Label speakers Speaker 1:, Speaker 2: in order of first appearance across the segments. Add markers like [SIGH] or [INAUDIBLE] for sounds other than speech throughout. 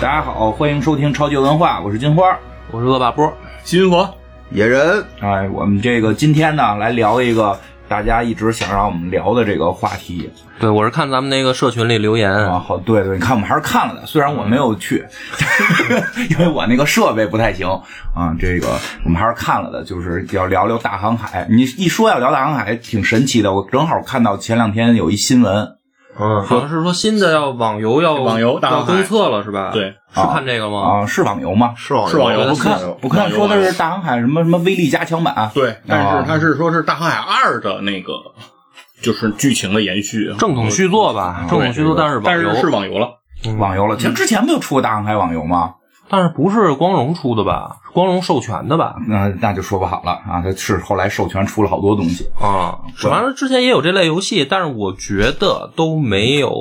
Speaker 1: 家好，欢迎收听超级文化，我是金花。
Speaker 2: 我是恶霸波，
Speaker 3: 新佛
Speaker 4: 野人
Speaker 1: 哎，我们这个今天呢，来聊一个大家一直想让我们聊的这个话题
Speaker 2: 对我是看咱们那个社群里留言，
Speaker 1: 啊。好，对对，你看我们还是看了的，虽然我没有去， [LAUGHS] 因为我那个设备不太行啊。这个我们还是看了的，就是要聊聊大航海。你一说要聊大航海，挺神奇的。我正好看到前两天有一新闻，
Speaker 4: 啊，
Speaker 2: 好像是说新的要网游要
Speaker 3: 嗯网游大
Speaker 2: 要
Speaker 3: 航海
Speaker 2: 公测了是吧？
Speaker 3: 对，
Speaker 2: 是看这个吗？
Speaker 1: 啊，是网游吗？
Speaker 4: 是网
Speaker 3: 是网游不
Speaker 4: 游，不看
Speaker 3: 看
Speaker 1: 我看说的是大航海什么什么威力加强版、
Speaker 3: 对，但是他是说是《大航海二》的那个，就是剧情的延续，
Speaker 2: 正统续作吧，正统续作，但是网
Speaker 3: 但
Speaker 2: 游
Speaker 3: 是是网游了，
Speaker 1: 网游了。其实之前不就出过大航海网游吗？
Speaker 2: 但是不是光荣出的吧？是光荣授权的吧？
Speaker 1: 那那就说不好了啊！它是后来授权出了好多东西，
Speaker 2: 啊，反正之前也有这类游戏，但是我觉得都没有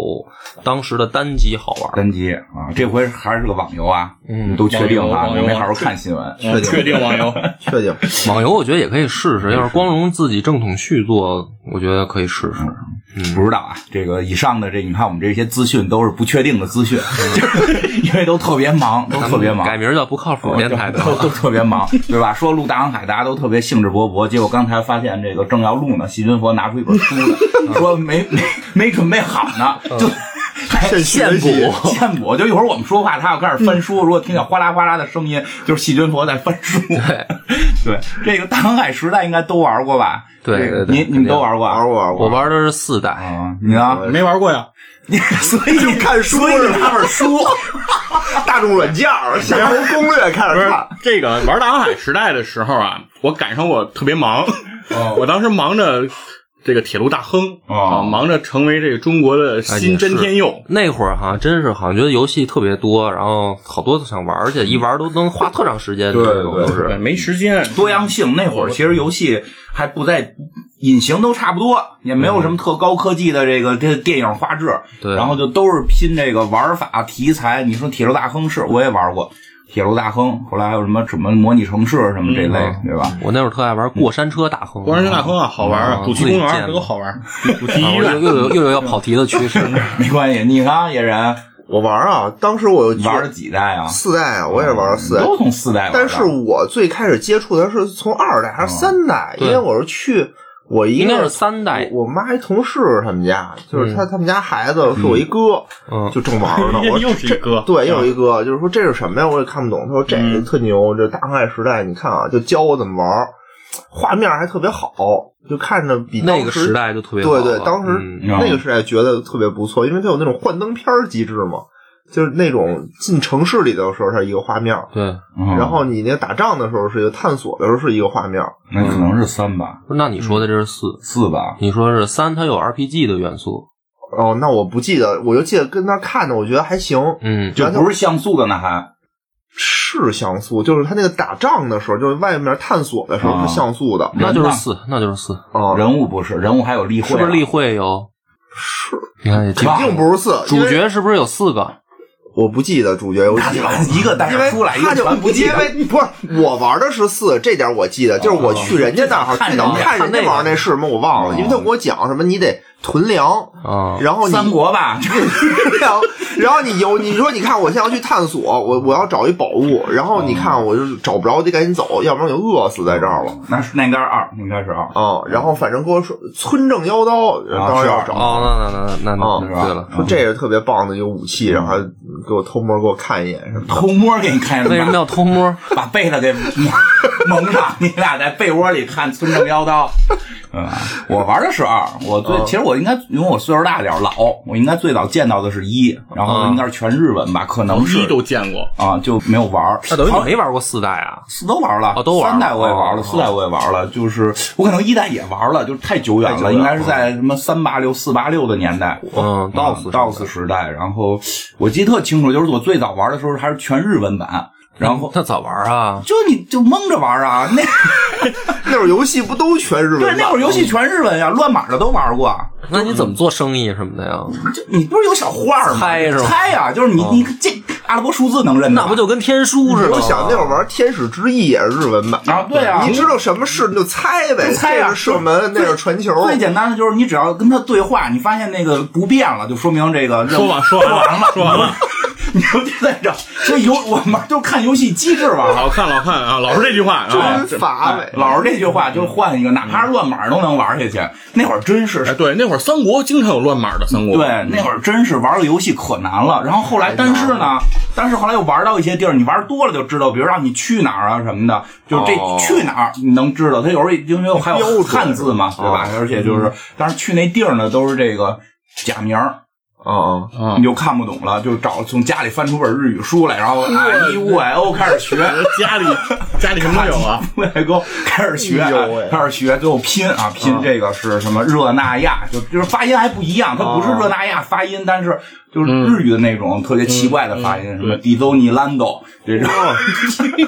Speaker 2: 当时的单机好玩。
Speaker 1: 单机啊，这回还是个网游啊，
Speaker 2: 嗯
Speaker 1: 都确定啊，
Speaker 3: 网
Speaker 1: 我
Speaker 3: 游
Speaker 1: 没好好看新闻。
Speaker 3: 嗯确定网 [LAUGHS] 游。
Speaker 4: 确
Speaker 1: [LAUGHS]
Speaker 4: 定
Speaker 2: 网游我觉得也可以试试，要是光荣自己正统续作，我觉得可以试试。
Speaker 1: 不知道啊，这个以上的这你看我们这些资讯都是不确定的资讯， [LAUGHS] 因为都特别忙，都特别忙，
Speaker 2: 改名叫不靠
Speaker 1: 哦
Speaker 2: 谱电台的。
Speaker 1: 都都特别
Speaker 2: [LAUGHS]
Speaker 1: 忙，对吧？说录大航海，大家都特别兴致勃勃。结果刚才发现这个正要录呢，细菌佛拿出一本书
Speaker 2: [LAUGHS]
Speaker 1: 来，说没没没准备好呢，
Speaker 2: 嗯
Speaker 1: 就。
Speaker 4: 现
Speaker 1: 现
Speaker 4: 学习
Speaker 1: 补现补，就一会儿我们说话，他要开始翻书，
Speaker 2: 嗯
Speaker 1: 如果听见哗啦哗啦的声音，就是细菌佛在翻书。对，这个大航海时代应该都玩过吧？
Speaker 2: 对
Speaker 1: 这个
Speaker 2: 对对
Speaker 1: 您你们都玩过啊？
Speaker 4: 玩过嗯玩
Speaker 2: 我
Speaker 4: 过，
Speaker 2: 玩的是四代，
Speaker 1: 啊，你呢？
Speaker 3: 没玩过呀，
Speaker 1: 你所以你
Speaker 4: 看书
Speaker 1: 所以
Speaker 4: 是
Speaker 1: 你
Speaker 4: 拿本书，大众软件儿，先从攻略开
Speaker 3: 不
Speaker 4: 始
Speaker 3: 是
Speaker 4: 看，
Speaker 3: 这个玩《大航海》时代的时候啊，我赶上我特别忙，我当时忙着这个铁路大亨
Speaker 1: 哦
Speaker 3: 啊，忙着成为这个中国的
Speaker 2: 啊也是
Speaker 3: 新真天佑。
Speaker 2: 那会儿哈，真是好像觉得游戏特别多，然后好多都想玩，而且一玩都能花特长时间，
Speaker 4: 对
Speaker 2: 这种都
Speaker 3: 对
Speaker 2: 是。
Speaker 3: 没时间，
Speaker 1: 多样性。那会儿其实游戏还不在，隐形都差不多，也没有什么特高科技的这个这电影画质。
Speaker 2: 嗯对
Speaker 1: 然后就都是拼这个玩法题材。你说《铁路大亨》是我也玩过，《铁路大亨》后来还有什么什么模拟城市什么这类，
Speaker 2: 嗯
Speaker 1: 对吧？ [LAUGHS]
Speaker 2: 我那会儿特爱玩过山车大亨，
Speaker 3: 光山大亨啊，好玩
Speaker 2: 嗯
Speaker 3: 啊，主
Speaker 2: 自
Speaker 3: 题公
Speaker 2: 己建
Speaker 3: 园
Speaker 2: 的
Speaker 3: 这都好玩，主题
Speaker 2: 啊
Speaker 3: 医
Speaker 2: 我又
Speaker 3: 院。
Speaker 2: 又有又有要跑题的趋 [LAUGHS] 势。
Speaker 1: 没关系，你看野人
Speaker 4: 我玩啊，当时我
Speaker 1: 玩了几代啊？
Speaker 4: 四代啊，我也玩了四代，
Speaker 1: 都从四代玩嗯
Speaker 4: 但
Speaker 1: 的。
Speaker 4: 是我最开始接触的是从二代还是三代，因为我是去我一
Speaker 2: 应
Speaker 4: 个
Speaker 2: 该是三代，
Speaker 4: 我我妈一同事他们家，就是他他们家孩子是我一哥，
Speaker 2: 嗯
Speaker 4: 就正玩呢。
Speaker 3: [LAUGHS]
Speaker 4: 我说
Speaker 3: 又是一哥，
Speaker 4: 对，又有一哥就是说这是什么呀？我也看不懂。他说这
Speaker 2: 嗯
Speaker 4: 个特牛，这大航海时代，你看啊，就教我怎么玩儿，画面还特别好，就看着比当
Speaker 2: 那个时代就特别好
Speaker 4: 对
Speaker 2: 了
Speaker 4: 对，当时
Speaker 2: 嗯
Speaker 1: 嗯
Speaker 4: 那个时代觉得特别不错，因为它有那种幻灯片儿机制嘛，就是那种进城市里的时候它是一个画面，
Speaker 2: 对，
Speaker 1: 嗯
Speaker 4: 然后你那个打仗的时候是一个探索的时候是一个画面，
Speaker 1: 那可能是三吧，
Speaker 2: 那你说的这是四，
Speaker 1: 四吧。
Speaker 2: 你说是三，它有 RPG 的元素，
Speaker 4: 哦，那我不记得，我就记得跟那儿看的，我觉得还行，
Speaker 2: 嗯，
Speaker 1: 就不是像素的呢，还
Speaker 4: 是像素，就是他那个打仗的时候，就是外面探索的时候
Speaker 1: 啊
Speaker 4: 是像素的，
Speaker 2: 嗯那就是四，那就是四，
Speaker 4: 啊，
Speaker 1: 人物不是人物，还有例会啊，
Speaker 2: 是不是例会有？
Speaker 4: 是
Speaker 2: 你看也记
Speaker 4: 肯
Speaker 2: 不清，
Speaker 4: 定不是四
Speaker 2: 主，
Speaker 4: 因为
Speaker 2: 角是不是有四个？
Speaker 4: 我不记得主角游
Speaker 1: 那
Speaker 4: 戏
Speaker 1: 就
Speaker 4: 了。
Speaker 1: 一个带
Speaker 4: 因为
Speaker 1: 着出来，一
Speaker 4: 他
Speaker 1: 个
Speaker 4: 就
Speaker 1: 全不记
Speaker 4: 因
Speaker 1: 得。
Speaker 4: 为不是我玩的是四，这点我记得，就是我去人家那儿
Speaker 1: 哦看
Speaker 4: 最早
Speaker 1: 人家哦
Speaker 4: 看人家
Speaker 2: 看那个
Speaker 4: 玩那是什么我忘了，因为他跟我讲什么你得囤粮，
Speaker 2: 啊，
Speaker 4: 然后你
Speaker 1: 三国吧，
Speaker 4: [LAUGHS] 然后，然后你有你说，你看我现在要去探索，我我要找一宝物，然后你
Speaker 1: 哦
Speaker 4: 看我就找不着，我得赶紧走，要不然我就饿死在这儿了。
Speaker 1: 那是那应该是二，应该是二。
Speaker 4: 啊、然后反正跟我说村正妖刀，当然要找。
Speaker 2: 哦，那那那那
Speaker 4: 哦
Speaker 2: 那，
Speaker 1: 啊是吧嗯
Speaker 2: 对了，
Speaker 4: 说这是特别棒的一个武器，然后还给我偷摸给我看一眼什么的。
Speaker 1: 偷摸给你看一
Speaker 2: 为什么
Speaker 1: 眼，
Speaker 2: 要偷摸？
Speaker 1: 把把被子给蒙蒙上，你俩在被窝里看《村正妖刀》。嗯，我玩的是二，我
Speaker 2: 哦
Speaker 1: 最其实我应该因为我岁数大点儿老，我应该最早见到的是一，然
Speaker 2: 哦
Speaker 1: 后应该是全日本吧，可能是
Speaker 3: 一都见过，
Speaker 1: 啊就没有玩儿。
Speaker 2: 那等于
Speaker 1: 好
Speaker 2: 你没玩过四代啊？
Speaker 1: 四都玩了，
Speaker 2: 哦都玩
Speaker 1: 三
Speaker 2: 了
Speaker 1: 代我也玩了，
Speaker 2: 哦
Speaker 1: 四代我也玩了，就是我可能一代也玩了，就是太久远了，应该是在什么三八六、四八六的年代，
Speaker 2: 嗯，DOS
Speaker 1: 道斯时代。然后我记得特清楚，就是我最早玩的时候还是全日文版，然
Speaker 2: [LAUGHS]
Speaker 1: 后
Speaker 2: 那咋玩啊？
Speaker 1: 就你就蒙着玩啊，
Speaker 2: [LAUGHS]
Speaker 1: 那
Speaker 4: 那会儿游戏不都全日文
Speaker 1: 对
Speaker 4: 版吗？
Speaker 1: 那会儿游戏全日文呀，乱码的都玩过。
Speaker 2: 那你怎么做生意什么的呀？
Speaker 1: 就你不是有小画儿吗？
Speaker 2: 猜是吧哦
Speaker 1: 猜呀、就是你你这阿拉伯数字能认得吧
Speaker 2: 那不就跟天书似的吗？
Speaker 4: 我想那会儿玩《天使之翼》也是日文版
Speaker 1: 啊对啊
Speaker 4: 你知道什么是你就猜呗，
Speaker 1: 就猜啊
Speaker 4: 这是射门，那是传球。
Speaker 1: 最简单的就是你只要跟他对话，你发现那个不变了，就说明这个任务
Speaker 3: 说完说完了
Speaker 1: 完了，
Speaker 3: 说完了。
Speaker 1: [LAUGHS] 你就在这，所以游我们就看游戏机制玩儿。
Speaker 3: 老看老看啊，老是这句话啊。
Speaker 4: 真乏味。
Speaker 1: 老是这句话，就换一个，哪怕是乱码都能玩下去。那会儿真是
Speaker 3: 哎，对，那会儿三国经常有乱码的三国。
Speaker 1: 对，那会儿真是玩个游戏可难了。然后后来，但是呢，但是后来又玩到一些地儿，你玩多了就知道，比如让你去哪儿啊什么的，就是这
Speaker 4: 哦
Speaker 1: 去哪儿你能知道。它有时候因为我还
Speaker 4: 标
Speaker 1: 有
Speaker 4: 准
Speaker 1: 汉字嘛，对吧？而且就是，但是去那地儿呢都是这个假名儿，
Speaker 4: 嗯，
Speaker 3: 啊
Speaker 1: 你，就看不懂了，就找从家里翻出本日语书来，然后啊一五 L 开始学。
Speaker 3: 家 [LAUGHS] 里家里什么都有哎啊。
Speaker 1: 外沟开始学
Speaker 4: 哎呦喂，
Speaker 1: 开始学，最后拼啊拼这个是什么热那亚，就就是发音还不一样，它不是热那亚发音，但是就是日语的那种特别奇怪的发音，什么 d i z o n i l a n d o 这种， [LAUGHS]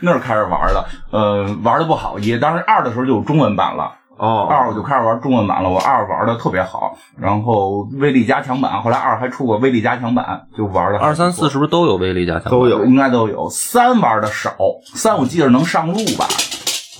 Speaker 1: 那儿开始玩的，呃，玩的不好，也当时二的时候就有中文版了。
Speaker 4: 哦，
Speaker 1: 二我就开始玩中文版了，我二玩的特别好，然后威力加强版，后来二还出过威力加强版，就玩的
Speaker 2: 二三四是不是都有威力加强？
Speaker 4: 都有
Speaker 1: 应该都有，三玩的少，三我记得能上路吧，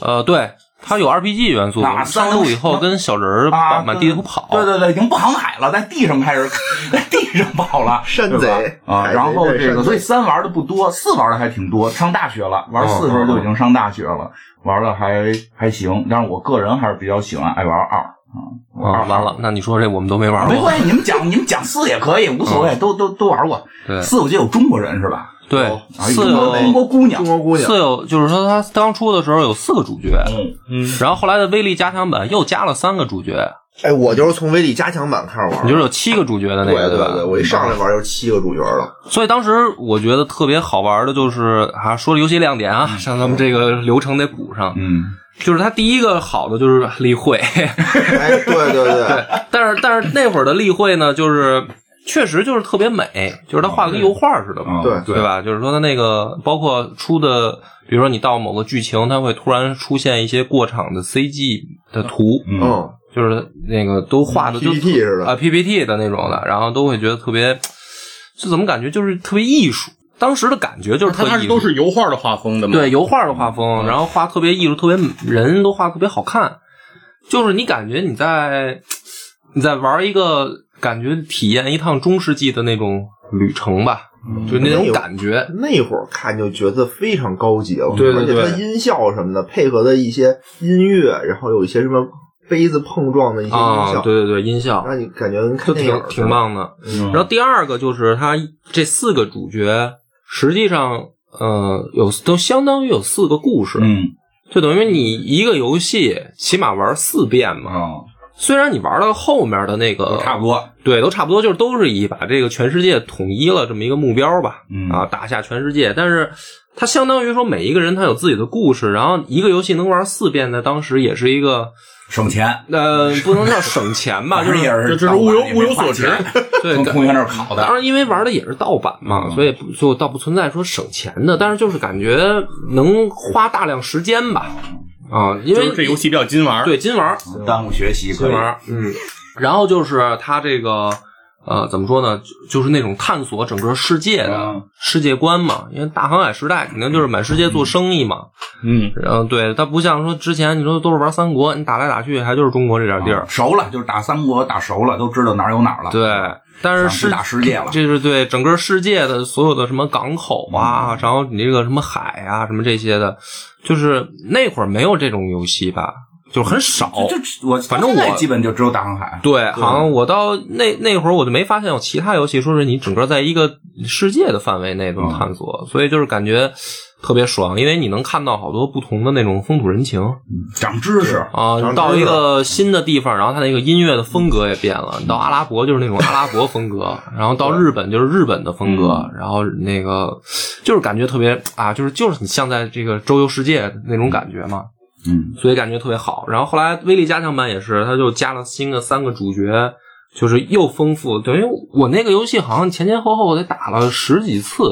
Speaker 2: 呃，对，它有 RPG 元素
Speaker 1: 哪，三
Speaker 2: 上
Speaker 1: 都
Speaker 2: 路以后
Speaker 1: 是
Speaker 2: 跟小人儿
Speaker 1: 啊，
Speaker 2: 满满地图
Speaker 4: 哦
Speaker 2: 跑。
Speaker 1: 对对对，已经不航海了，在地上开始 [LAUGHS] 在地上跑
Speaker 4: [LAUGHS]
Speaker 1: 了，
Speaker 4: 山贼
Speaker 1: 对吧啊。
Speaker 4: 海贼
Speaker 1: 然后
Speaker 4: 对
Speaker 1: 这
Speaker 4: 山
Speaker 1: 个，
Speaker 4: 贼哦
Speaker 1: 所以三玩的不多，四玩的还挺多。上大学了，玩四的时候就已经上大学了，玩的还还行。但是我个人还是比较喜欢爱玩二啊，我
Speaker 2: 啊
Speaker 1: 二，
Speaker 2: 完了，那你说这我们都没玩
Speaker 1: 没
Speaker 2: 过。
Speaker 1: 关系，你们讲你们讲四也可以，无所
Speaker 4: 嗯
Speaker 1: 谓，都都都玩过。
Speaker 2: 对
Speaker 1: 四我记得有中国人是吧？
Speaker 2: 对，哦
Speaker 1: 啊有
Speaker 2: 四
Speaker 1: 中国中
Speaker 2: 有
Speaker 1: 国姑娘
Speaker 4: 中，国姑娘
Speaker 2: 四有，就是说它刚出的时候有四个主角，
Speaker 1: 嗯，
Speaker 3: 嗯，
Speaker 2: 然后后来的威力加强版又加了三个主角，
Speaker 4: 哎，我就是从威力加强版开始玩
Speaker 2: 你
Speaker 4: 的。
Speaker 2: 就是有七个主角的那
Speaker 4: 对
Speaker 2: 个，
Speaker 4: 对
Speaker 2: 吧？
Speaker 4: 对，我一上来玩就七个主角了。
Speaker 2: 所以当时我觉得特别好玩的就是啊，说了游戏亮点
Speaker 4: 嗯
Speaker 2: 啊，像咱们这个流程得补上。
Speaker 1: 嗯，
Speaker 2: 就是他第一个好的就是例会，
Speaker 4: 哎，对对对，
Speaker 2: 但是但是那会儿的例会呢，就是确实就是特别美，就是他画的跟油画似的嘛，
Speaker 1: 啊
Speaker 4: 对
Speaker 2: 对吧？就是说他那个包括出的，比如说你到某个剧情，它会突然出现一些过场的 CG 的图，
Speaker 1: 嗯，
Speaker 4: 嗯，
Speaker 2: 就是那个都画的就
Speaker 4: PPT 似的
Speaker 2: 啊 PPT 的那种的，然后都会觉得特别，这怎么感觉就是特别艺术？当时的感觉就是特
Speaker 3: 它它
Speaker 2: 艺
Speaker 3: 是
Speaker 2: 术
Speaker 3: 都。是油画的画风的嘛。
Speaker 2: 对，油画的画风，然后画特别艺术，特别人都画特别好看，就是你感觉你在你在玩一个感觉体验一趟中世纪的那种旅程吧，就那种感觉。
Speaker 4: 那会儿看就觉得非常高级了，
Speaker 2: 对对对
Speaker 4: 而且它音效什么的，配合的一些音乐，然后有一些什么杯子碰撞的一些音
Speaker 2: 啊，
Speaker 4: 效，
Speaker 2: 对对对，音效
Speaker 4: 让你感觉跟
Speaker 2: 就
Speaker 4: 看电影
Speaker 2: 挺
Speaker 4: 似的
Speaker 2: 挺。棒的。
Speaker 1: 嗯
Speaker 2: 然后第二个就是他这四个主角，实际上呃有都相当于有四个故事，
Speaker 1: 嗯
Speaker 2: 就等于你一个游戏起码玩四遍嘛。
Speaker 1: 啊，
Speaker 2: 虽然你玩到后面的那个
Speaker 1: 差不多，
Speaker 2: 对，都差不多，就是都是以把这个全世界统一了这么一个目标吧，
Speaker 1: 嗯
Speaker 2: 啊，打下全世界。但是它相当于说每一个人他有自己的故事，然后一个游戏能玩四遍，在当时也是一个，
Speaker 1: 省钱，
Speaker 2: 呃，不能叫省钱
Speaker 3: [LAUGHS]
Speaker 2: 吧，
Speaker 1: 反
Speaker 2: 就
Speaker 1: 正也
Speaker 2: 是
Speaker 1: 是
Speaker 3: 这这是物有物有所值
Speaker 1: 值，
Speaker 2: 对
Speaker 3: [LAUGHS]
Speaker 1: 从。同学那儿考的
Speaker 2: 当。然，因为玩的也是盗版嘛，
Speaker 1: 嗯
Speaker 2: 所以不就倒不存在说省钱的，但是就是感觉能花大量时间吧，啊，因
Speaker 3: 就
Speaker 2: 为
Speaker 3: 是这游戏比较金玩儿。
Speaker 2: 对金玩儿
Speaker 1: 耽误学习，
Speaker 2: 这
Speaker 1: 可以
Speaker 2: 玩意儿，嗯，然后就是它这个呃，怎么说呢，就就是那种探索整个世界的
Speaker 1: 嗯
Speaker 2: 世界观嘛。因为大航海时代肯定就是满世界做生意嘛，
Speaker 3: 嗯，
Speaker 2: 然后对它不像说之前你说都是玩三国，你打来打去还就是中国这点地儿，
Speaker 1: 熟了，就是打三国打熟了，都知道哪儿有哪儿了。
Speaker 2: 对。但是世
Speaker 1: 啊不打世界了
Speaker 2: 这是对整个世界的所有的什么港口
Speaker 1: 嗯
Speaker 2: 啊，然后你这个什么海啊，什么这些的，就是那会儿没有这种游戏吧，就是很少。
Speaker 1: 就，就我
Speaker 2: 反正我
Speaker 1: 到现在基本就只有大航海。
Speaker 2: 对，好像我到那那会儿我就没发现有其他游戏说是你整个在一个世界的范围内这么探索，所以就是感觉特别爽，因为你能看到好多不同的那种风土人情
Speaker 1: 长知识，
Speaker 2: 啊。
Speaker 4: 长知识
Speaker 2: 你到一个新的地方，然后它那个音乐的风格也变了，你到阿拉伯就是那种阿拉伯风格，然后到日本就是日本的风格，然后那个就是感觉特别啊，就是就是你像在这个周游世界那种感觉嘛。
Speaker 1: 嗯，
Speaker 2: 所以感觉特别好。然后后来威力加强版也是，它就加了新的三个主角，就是又丰富。等于我那个游戏好像前前后后我得打了十几次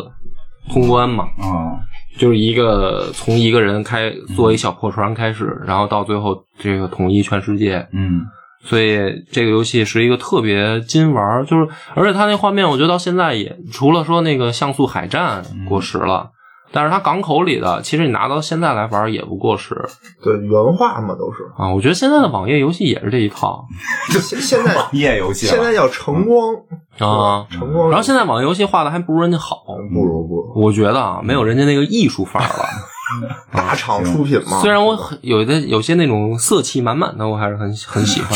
Speaker 2: 通关嘛，
Speaker 1: 啊，
Speaker 2: 就是一个从一个人开做一小破船开始，然后到最后这个统一全世界。
Speaker 1: 嗯，
Speaker 2: 所以这个游戏是一个特别金玩儿，就是而且它那画面，我觉得到现在也除了说那个像素海战过时了，但是它港口里的，其实你拿到现在来玩也不过时
Speaker 4: 对原画嘛都
Speaker 2: [LAUGHS]
Speaker 4: 是。
Speaker 2: 啊。我觉得现在的网页游戏也是这一套
Speaker 4: 现现在
Speaker 1: 网页游戏
Speaker 4: 现
Speaker 1: 了，
Speaker 4: 在叫晨光，
Speaker 2: 啊。
Speaker 4: 晨光。
Speaker 2: 然后现在网页游戏画的还不如人家好，
Speaker 4: 不如不如
Speaker 2: 我觉得啊，没有人家那个艺术范儿 [LAUGHS] 了。啊
Speaker 4: 大厂出品嘛，
Speaker 2: 虽然我很有的有些那种色气满满的，我还是很很喜欢，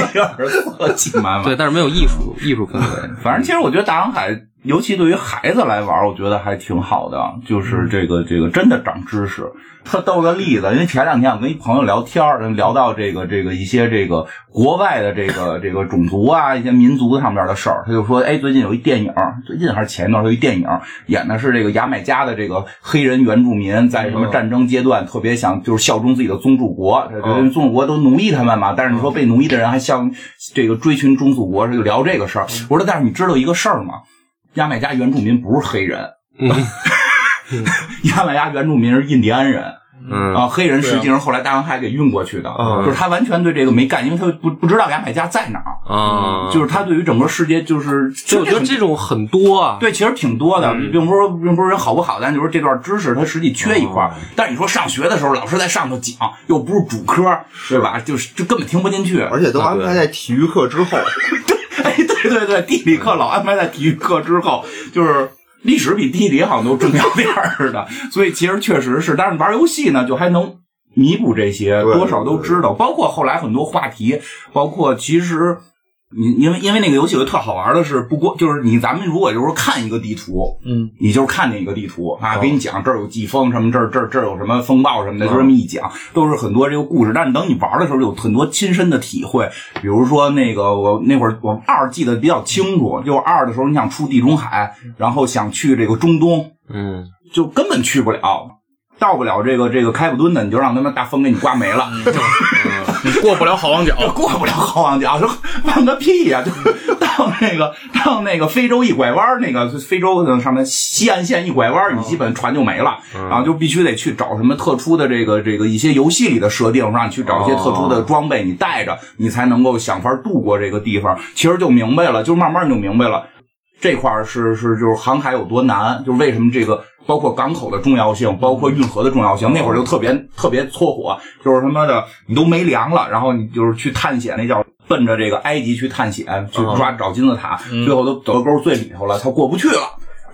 Speaker 1: [LAUGHS] 有点色气满满。
Speaker 2: 对，但是没有艺术艺术氛 [LAUGHS] 围。
Speaker 1: [LAUGHS] 反正其实我觉得大航海，尤其对于孩子来玩，我觉得还挺好的，啊就是这个这个真的长知识。他逗个例子，因为前两天我跟一朋友聊天儿，聊到这个这个一些这个国外的这个这个种族啊，一些民族上面的事儿，他就说，哎，最近有一电影，最近还是前一段儿有一电影，演的是这个牙买加的这个黑人原住民在什
Speaker 2: 嗯
Speaker 1: 么战争阶段特别想就是效忠自己的宗主国，呃因为宗主国都奴役他们嘛。但是你
Speaker 2: 嗯
Speaker 1: 说被奴役的人还向这个追寻宗主国，就聊这个事儿。
Speaker 2: 嗯
Speaker 1: 我说，但是你知道一个事儿吗？牙买加原住民不是黑人，
Speaker 2: 嗯
Speaker 1: [LAUGHS] 牙买加原住民是印第安人。
Speaker 2: 嗯
Speaker 1: 啊，黑人实际上后来大航海给运过去的，
Speaker 4: 嗯
Speaker 1: 就是他完全对这个没概念，因为他不不知道牙买加在哪儿，
Speaker 2: 啊，
Speaker 1: 就是他对于整个世界就是，
Speaker 2: 就我觉得这种很多啊，
Speaker 1: 对，其实挺多的，并不是说并不是人好不好，但就是这段知识它实际缺一块儿。但是你说上学的时候，老师在上头讲，又不是主科，对吧？就是就根本听不进去。
Speaker 4: 而且
Speaker 2: 啊
Speaker 4: 都安排在体育课之
Speaker 2: [LAUGHS]
Speaker 4: 后，
Speaker 1: [LAUGHS] 哎，对对对，地理课老安排在体育课之后，就是历史比地理好像都重要点儿似的。所以其实确实是，但是玩游戏呢，就还能弥补这些，
Speaker 4: 对
Speaker 1: 多少都知道。包括后来很多话题，包括其实。你因为因为那个游戏有一特好玩的是，不过就是你咱们如果就是说看一个地图，
Speaker 3: 嗯，
Speaker 1: 你就是看那个地图
Speaker 4: 哦
Speaker 1: 啊，给你讲这儿有季风什么，这儿这儿这儿有什么风暴什么的，就
Speaker 4: 哦
Speaker 1: 这么一讲，都是很多这个故事。但是等你玩的时候，有很多亲身的体会。比如说那个我那会儿我二记得比较清楚，就二的时候你想出地中海，然后想去这个中东，
Speaker 2: 嗯，
Speaker 1: 就根本去不了，到不了这个这个开普敦的，你就让他们大风给你刮没了。
Speaker 3: 你过不了好望角， [LAUGHS]
Speaker 1: 过不了好望角， [LAUGHS] 说望个屁呀、就到那个到那个非洲一拐弯儿，那个非洲的上面西岸线一拐弯儿，你基本船就没了，然后就必须得去找什么特殊的这个这个一些游戏里的设定，让你去找一些特殊的装备，你带着，你才能够想法度过这个地方。其实就明白了，就慢慢就明白了。这块儿是是就是航海有多难，就是为什么这个包括港口的重要性，包括运河的重要性，那会儿就特别特别搓火，就是他妈的你都没粮了，然后你就是去探险，那叫奔着这个埃及去探险，去
Speaker 3: 嗯
Speaker 1: 抓找金字塔，最后都走到沟最里头了，他过不去了。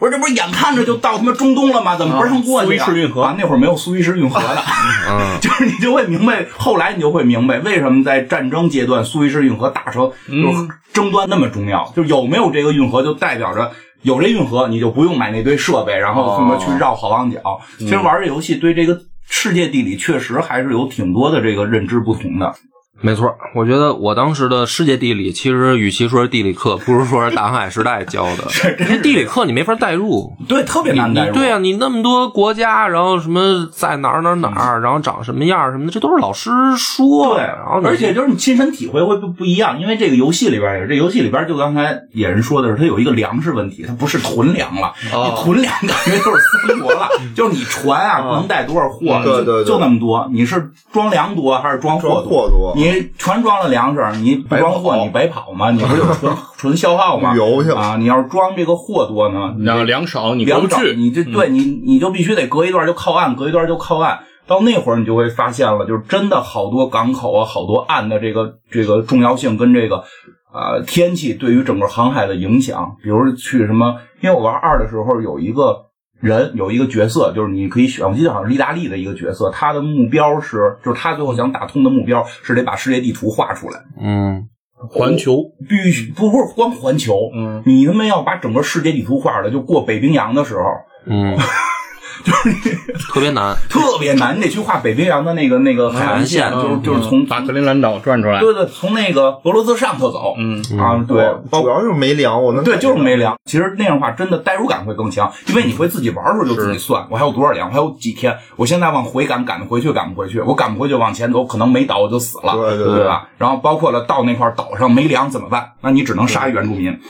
Speaker 1: 我说这不是眼看着就到他妈中东了吗？怎么不让过去、啊？
Speaker 3: 苏伊士运河
Speaker 1: 啊，那会儿没有苏伊士运河
Speaker 3: [LAUGHS]
Speaker 1: 的， [LAUGHS] 就是你就会明白，后来你就会明白为什么在战争阶段苏伊士运河打成就是争端那么重要，就是有没有这个运河就代表着。有这运河，你就不用买那堆设备，然后什么去绕好望角。其实玩这游戏对这个世界地理确实还是有挺多的这个认知不同的。
Speaker 2: 没错，我觉得我当时的世界地理，其实与其说是地理课，不如说是大航海时代教
Speaker 1: [LAUGHS]
Speaker 2: 的。因为地理课你没法代入，
Speaker 1: 对，特别
Speaker 2: 你
Speaker 1: 难代
Speaker 2: 你
Speaker 1: 入。
Speaker 2: 对啊，你那么多国家，然后什么在哪儿哪儿哪儿，然后长什么样儿什么的，这都是老师说
Speaker 1: 嗯对，
Speaker 2: 的。
Speaker 4: 哦
Speaker 2: 然后你
Speaker 1: 而且就是你亲身体会会不不一样，因为这个游戏里边也是，这游戏里边就刚才野人说的是，它有一个粮食问题，它不是囤粮了，
Speaker 4: 哦
Speaker 1: 你囤粮感觉就是三国
Speaker 4: [LAUGHS]
Speaker 1: 了，就是你船啊不能带多少货，
Speaker 4: 对对对
Speaker 1: 就就那么多，你是装粮多还是装货
Speaker 4: 装货多
Speaker 1: 你全装了粮食，你不装货你白跑嘛，你不就是
Speaker 4: [LAUGHS]
Speaker 1: 纯纯消耗嘛？
Speaker 4: 旅游去了
Speaker 1: 啊！你要是装这个货多呢，
Speaker 3: 然后粮少嗯你过
Speaker 1: 两
Speaker 3: 不
Speaker 1: 找
Speaker 3: 去，嗯
Speaker 1: 你这对你你就必须得隔一段就靠岸，隔一段就靠岸。到那会儿你就会发现了，就是真的好多港口啊，好多岸的这个这个重要性跟这个呃天气对于整个航海的影响。比如去什么，因为我玩二的时候有一个人有一个角色，就是你可以选，我记得好像是意大利的一个角色，他的目标是，就是他最后想打通的目标是得把世界地图画出来。
Speaker 2: 嗯，
Speaker 3: 环球，
Speaker 1: 必须不不是光环球，
Speaker 3: 嗯，
Speaker 1: 你他妈要把整个世界地图画出来，就过北冰洋的时候， [LAUGHS]
Speaker 2: 嗯，特别难。
Speaker 1: 特别难，你得去画北冰洋的那个那个海岸线，
Speaker 3: 嗯
Speaker 2: 海岸
Speaker 1: 就是
Speaker 2: 线嗯
Speaker 1: 就是从
Speaker 3: 把格陵兰岛转出来，
Speaker 1: 对对，从那个俄罗斯上头走
Speaker 3: 嗯，
Speaker 1: 啊，对，包
Speaker 4: 主
Speaker 1: 括
Speaker 4: 要就是没粮，我能
Speaker 1: 对就是没粮。其实那样的话，真的代入感会更强，因为你会自己玩的时候就自己算，我还有多少粮，我还有几天，我现在往回赶，赶得回去赶不回去，我赶不回去往前走，可能没岛我就死了，
Speaker 4: 对对
Speaker 1: 对吧？然后包括了到那块岛上没粮怎么办？那你只能杀原住民。
Speaker 2: [LAUGHS]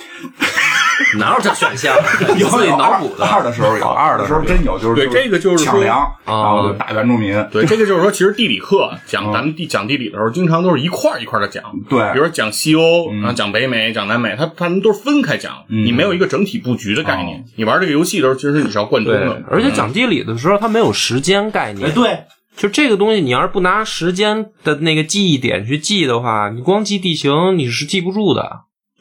Speaker 2: 哪有这选项？
Speaker 1: [LAUGHS] 有
Speaker 2: 自己
Speaker 1: 有
Speaker 2: 脑补
Speaker 1: 二二
Speaker 2: 的。
Speaker 1: 的时候有，二的时候真有，就是
Speaker 3: 对这个就是说
Speaker 1: 抢粮，然
Speaker 2: 啊
Speaker 1: 后就打原住民，
Speaker 3: 对，这个就是说，其实地理课讲咱们地讲地理的时候，经常都是一块儿一块儿的讲，
Speaker 1: 对
Speaker 3: 比如说讲西欧，然后讲北美，讲南美，它它们都是分开讲，你没有一个整体布局的概念。你玩这个游戏的时候，其实你是要贯通
Speaker 2: 对
Speaker 3: 的，，
Speaker 2: 而且讲地理的时候，它没有时间概
Speaker 1: 嗯
Speaker 2: 念。
Speaker 1: 哎，对，
Speaker 2: 就这个东西，你要是不拿时间的那个记忆点去记的话，你光记地形你是记不住的。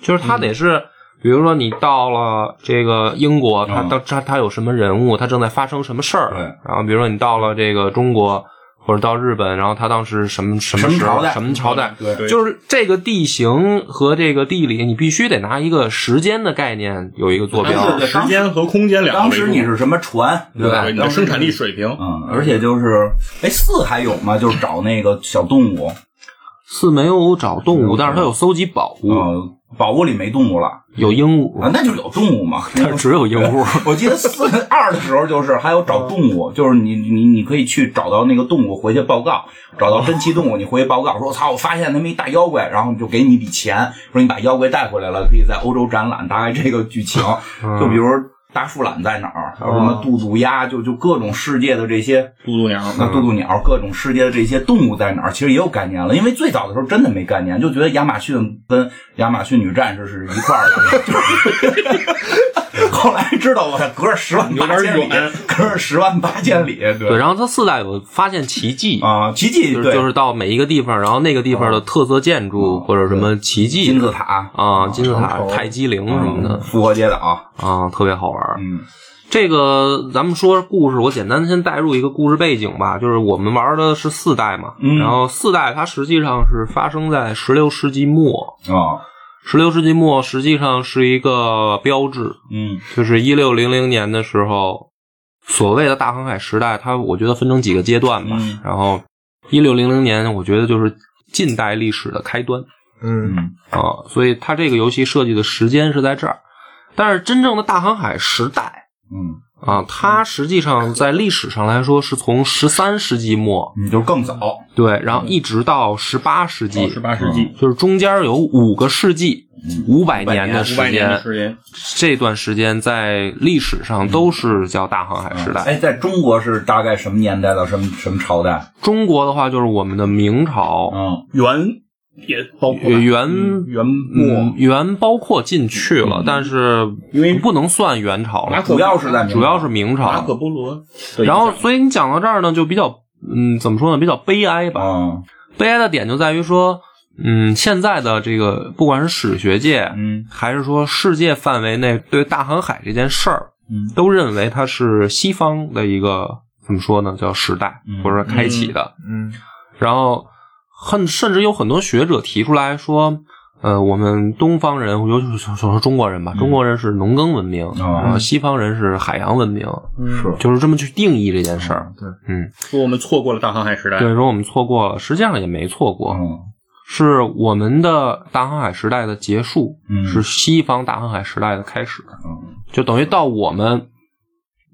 Speaker 2: 就是
Speaker 1: 嗯
Speaker 2: 它得是，比如说你到了这个英国，它
Speaker 1: 嗯
Speaker 2: 到它它有什么人物，它正在发生什么事儿。
Speaker 1: 对
Speaker 2: 然后比如说你到了这个中国或者到日本，然后它当时什么什么
Speaker 1: 什么
Speaker 2: 时候
Speaker 1: 朝代嗯
Speaker 2: 什么朝代，
Speaker 1: 对
Speaker 3: 对
Speaker 2: 就是这个地形和这个地理，你必须得拿一个时间的概念有一个坐
Speaker 1: 对
Speaker 2: 标
Speaker 1: 对。对
Speaker 3: 时间和空间两
Speaker 1: 当
Speaker 3: 个维
Speaker 1: 时
Speaker 3: 度。
Speaker 1: 你是什么船，对吧？
Speaker 3: 对你的
Speaker 1: 当时
Speaker 3: 生产力水平，
Speaker 1: 嗯，而且就是，哎，四还有吗？就是找那个小动物，
Speaker 2: 四没有找动物，但是它有
Speaker 1: 嗯
Speaker 2: 搜集宝物，
Speaker 1: 呃，宝物里没动物了
Speaker 2: 有鹦鹉
Speaker 1: 啊，，那就有动物嘛。[LAUGHS]
Speaker 2: [LAUGHS] 但是只有鹦鹉。
Speaker 1: 我记得四二的时候就是还有找动物，就是你你你可以去找到那个动物回去报告，找到珍奇动物你回去报告，说我操我发现他们一大妖怪，然后就给你一笔钱，说你把妖怪带回来了，可以在欧洲展览，大概这个剧情。就比如大树懒在哪儿，还有什么渡渡鸦，就就各种世界的这些
Speaker 3: 渡渡鸟，
Speaker 1: 那渡渡鸟，各种世界的这些动物在哪儿，其实也有概念了。因为最早的时候真的没概念，就觉得亚马逊跟亚马逊女战士是一块儿的。 [LAUGHS] 就是后来知道，我操，隔着十万八千
Speaker 3: 有
Speaker 1: 里
Speaker 3: 点远，
Speaker 1: 隔着十万八千里，
Speaker 2: 对，
Speaker 1: 对
Speaker 2: 然后它四代有发现奇迹，
Speaker 1: 啊，奇迹
Speaker 2: 就是
Speaker 1: 对，啊
Speaker 2: 就是到每一个地方，然后那个地方的特色建筑或者什么奇迹，
Speaker 1: 金字塔
Speaker 2: 啊，金字塔
Speaker 4: 长、城
Speaker 2: 泰姬陵什么
Speaker 1: 嗯
Speaker 2: 的
Speaker 1: 复活节岛，
Speaker 2: 啊，特别好玩儿。
Speaker 1: 嗯
Speaker 2: 这个咱们说故事，我简单先带入一个故事背景吧，就是我们玩的是四代嘛，
Speaker 1: 嗯
Speaker 2: 然后四代它实际上是发生在十六世纪末。
Speaker 1: 啊，
Speaker 2: 十六世纪末实际上是一个标志，
Speaker 1: 嗯
Speaker 2: 就是一六零零年的时候，所谓的大航海时代，它我觉得分成几个阶段吧。
Speaker 1: 嗯
Speaker 2: 然后一六零零年，我觉得就是近代历史的开端
Speaker 4: 嗯，
Speaker 1: 嗯
Speaker 2: 啊，所以它这个游戏设计的时间是在这儿。但是真正的大航海时代
Speaker 1: 嗯，
Speaker 2: 啊，它实际上在历史上来说是从十三世纪末
Speaker 1: 嗯你就更早，
Speaker 2: 对，然后一直到十八世
Speaker 1: 嗯
Speaker 2: 纪，
Speaker 3: 嗯哦十八世纪
Speaker 2: 就是中间有五个世纪。五百
Speaker 1: 500
Speaker 2: 年的时
Speaker 3: 五百年
Speaker 2: 间
Speaker 3: 的，时间，
Speaker 2: 这段时间在历史上都是叫大航海时代。
Speaker 1: 哎，在中国是大概什么年代到什么什么朝代？
Speaker 2: 中国的话就是我们的明朝，
Speaker 1: 嗯
Speaker 3: 元也包括吧
Speaker 2: 元元
Speaker 3: 嗯元
Speaker 2: 嗯
Speaker 3: 末，
Speaker 2: 元包括进去了，但是
Speaker 3: 因为
Speaker 2: 不能算元朝
Speaker 3: 马
Speaker 2: 了，
Speaker 3: 可
Speaker 1: 主要是在明
Speaker 2: 主要是明
Speaker 3: 马可
Speaker 2: 朝。
Speaker 3: 波罗，
Speaker 2: 然后，所以你讲到这儿呢，就比较嗯，怎么说呢，比较悲哀吧。
Speaker 1: 嗯
Speaker 2: 悲哀的点就在于说，嗯，现在的这个不管是史学界，
Speaker 1: 嗯
Speaker 2: 还是说世界范围内对大航海这件事儿，
Speaker 1: 嗯
Speaker 2: 都认为它是西方的一个怎么说呢，叫时代
Speaker 1: 嗯
Speaker 2: 或者说开启的。
Speaker 4: 嗯，
Speaker 2: 然后很甚至有很多学者提出来说，呃，我们东方人，尤其是说中国人吧，中国人是农耕文明，
Speaker 1: 哦
Speaker 2: 然后西方人是海洋文明，
Speaker 4: 是
Speaker 2: 就是这么去定义这件事儿。
Speaker 4: 对，
Speaker 2: 嗯，
Speaker 3: 说我们错过了大航海时代，
Speaker 2: 对，说我们错过了，实际上也没错过，
Speaker 1: 嗯
Speaker 2: 是我们的大航海时代的结束，
Speaker 1: 嗯
Speaker 2: 是西方大航海时代的开始，
Speaker 1: 嗯。
Speaker 2: 就等于到我们。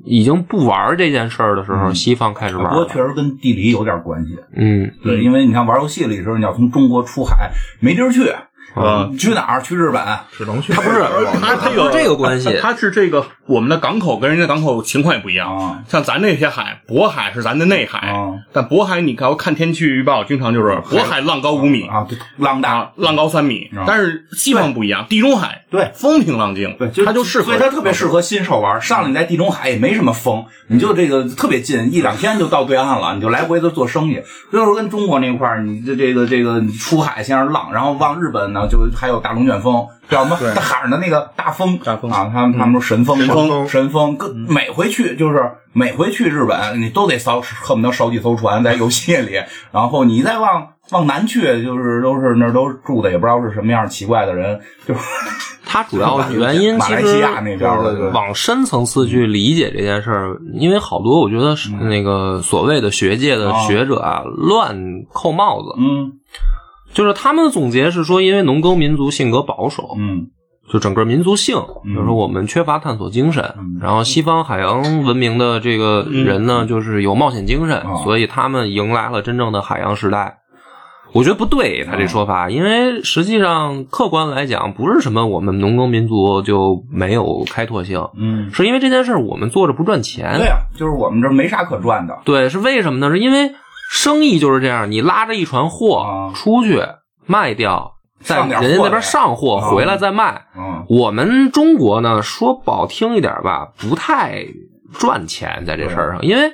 Speaker 2: 已经不玩这件事儿的时候，
Speaker 1: 嗯
Speaker 2: 西方开始玩
Speaker 1: 不过
Speaker 2: 了
Speaker 1: 确。实跟地理有点关系，
Speaker 2: 嗯，
Speaker 1: 对，因为你看玩游戏里的时候，你要从中国出海，没地儿去，
Speaker 3: 啊
Speaker 1: 你去哪儿？去日本，
Speaker 4: 只能去。
Speaker 2: 他不是
Speaker 3: 它它有
Speaker 2: 这个关系
Speaker 3: 它是这个我们的港口跟人家港口情况也不一样。
Speaker 1: 啊
Speaker 3: 像咱这些海，渤海是咱的内海，
Speaker 1: 啊
Speaker 3: 但渤海你看看天气预报，经常就是渤海浪高五米
Speaker 1: 啊，对，浪大，
Speaker 3: 浪高三米
Speaker 1: 啊，
Speaker 3: 但是西方不一样，地中海
Speaker 1: 对
Speaker 3: 风平浪静，
Speaker 1: 对，就
Speaker 3: 它就适合，嗯
Speaker 1: 所以它特别适合新手玩。上来你在地中海也没什么风，你就这个特别近，一两天就到对岸了，你就来回的做生意。就是跟中国那块儿，你这这个这个你出海先是浪，然后往日本呢，就还有大龙卷风，叫什么
Speaker 3: 对
Speaker 1: 喊着那个大风，
Speaker 3: 大风
Speaker 1: 啊，他们他们说神风嘛，
Speaker 3: 神风嗯
Speaker 1: 神风，跟每回去就是每回去日本，你都得烧，恨不得烧几艘船在游戏里，然后你再往。往南去就是都是那儿都住的也不知道是什么样奇怪的人，就是
Speaker 2: 它主要原因
Speaker 1: 马
Speaker 2: 其
Speaker 1: 来
Speaker 2: 实
Speaker 1: 西亚那边儿的
Speaker 4: 对对对
Speaker 2: 往深层次去理解这件事儿，因为好多我觉得是
Speaker 1: 嗯
Speaker 2: 那个所谓的学界的
Speaker 1: 啊
Speaker 2: 学者啊，乱扣帽子，
Speaker 1: 嗯
Speaker 2: 就是他们的总结是说，因为农耕民族性格保守，
Speaker 1: 嗯
Speaker 2: 就整个民族性，
Speaker 1: 嗯
Speaker 2: 比如说我们缺乏探索精神
Speaker 1: 嗯，
Speaker 2: 然后西方海洋文明的这个人呢，就是有冒险精神
Speaker 1: 啊，
Speaker 2: 所以他们迎来了真正的海洋时代。我觉得不对，
Speaker 1: 啊
Speaker 2: 他这说法，因为实际上客观来讲，不是什么我们农耕民族就没有开拓性，
Speaker 1: 嗯，
Speaker 2: 是因为这件事儿我们做着不赚钱。
Speaker 1: 对啊，就是我们这没啥可赚的，
Speaker 2: 对，是为什么呢？是因为生意就是这样，你拉着一船货
Speaker 1: 啊
Speaker 2: 出去卖掉，在
Speaker 1: 上
Speaker 2: 人
Speaker 1: 点
Speaker 2: 家
Speaker 1: 货
Speaker 2: 那
Speaker 1: 来
Speaker 2: 边上货
Speaker 1: 啊
Speaker 2: 回来再卖。
Speaker 1: 嗯，
Speaker 2: 我们中国呢，说不好听一点吧，不太赚钱在这事儿上，因为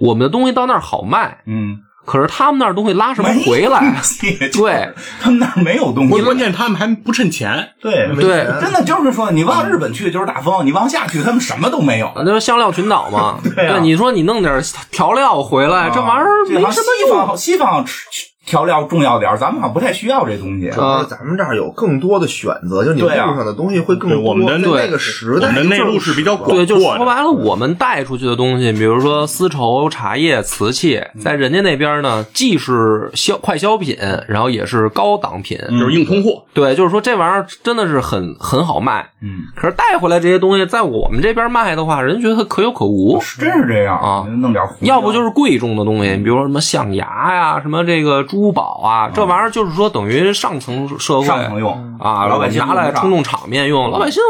Speaker 2: 我们的东西到那儿好卖，
Speaker 1: 嗯，
Speaker 2: 可是他们那儿东西拉什么回来？
Speaker 1: [LAUGHS] 对
Speaker 2: 对，
Speaker 1: 他们那儿没有东西
Speaker 3: 关，关键他们还不趁钱，
Speaker 1: 对
Speaker 4: 没
Speaker 2: 对
Speaker 4: 钱
Speaker 1: 真的就是说，你往日本去就是大风，你往下去他们什么都没有。
Speaker 2: 那就是香料群岛嘛。
Speaker 1: [LAUGHS] 对啊
Speaker 2: 你说你弄点调料回来，哎这玩意儿
Speaker 1: 啊这好
Speaker 2: 没
Speaker 1: 像
Speaker 2: 什
Speaker 1: 西
Speaker 2: 么用。
Speaker 1: 方西方吃调料重要点儿，咱们好像不太需要这东西。
Speaker 4: 主要是咱们这儿有更多的选择，就你路
Speaker 1: 对啊
Speaker 4: 上的东西会更
Speaker 3: 对
Speaker 4: 多。
Speaker 3: 我们的
Speaker 4: 那
Speaker 3: 对
Speaker 4: 个时代，
Speaker 3: 我们的内陆是比较广
Speaker 2: 对，就
Speaker 3: 过
Speaker 2: 说
Speaker 3: 的
Speaker 2: 白了，我们带出去的东西，比如说丝绸、茶叶、瓷器，
Speaker 1: 嗯
Speaker 2: 在人家那边呢，既是消快消品，然后也是高档品。
Speaker 1: 嗯
Speaker 3: 就是硬通货。
Speaker 2: 对，就是说这玩意儿真的是很很好卖。
Speaker 1: 嗯，
Speaker 2: 可是带回来这些东西，在我们这边卖的话，人觉得它可有可无。
Speaker 1: 真嗯是这样
Speaker 2: 啊
Speaker 1: 弄点胡椒
Speaker 2: 要不就是贵重的东西，比如说什么象牙呀、什么这个珠宝啊，这玩意儿就是说等于上层社会
Speaker 1: 上层用
Speaker 2: 啊，
Speaker 1: 老百姓
Speaker 2: 拿来
Speaker 1: 用不上
Speaker 2: 冲动场面用，老百姓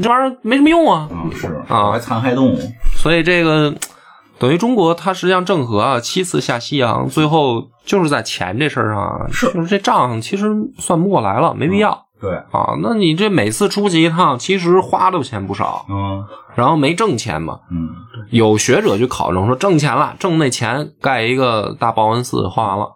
Speaker 2: 这玩意儿没什么用啊。
Speaker 1: 嗯是
Speaker 2: 啊
Speaker 1: 还残害动物。
Speaker 2: 所以这个等于中国，它实际上郑和啊七次下西洋，最后就是在钱这事儿上啊，
Speaker 1: 是
Speaker 2: 就是这账其实算不过来了，没必要。
Speaker 1: 对，
Speaker 2: 啊，那你这每次出去一趟，其实花的钱不少，
Speaker 1: 嗯
Speaker 2: 然后没挣钱嘛。
Speaker 1: 嗯，
Speaker 2: 有学者去考证说，挣钱了，挣那钱盖一个大报恩寺花了。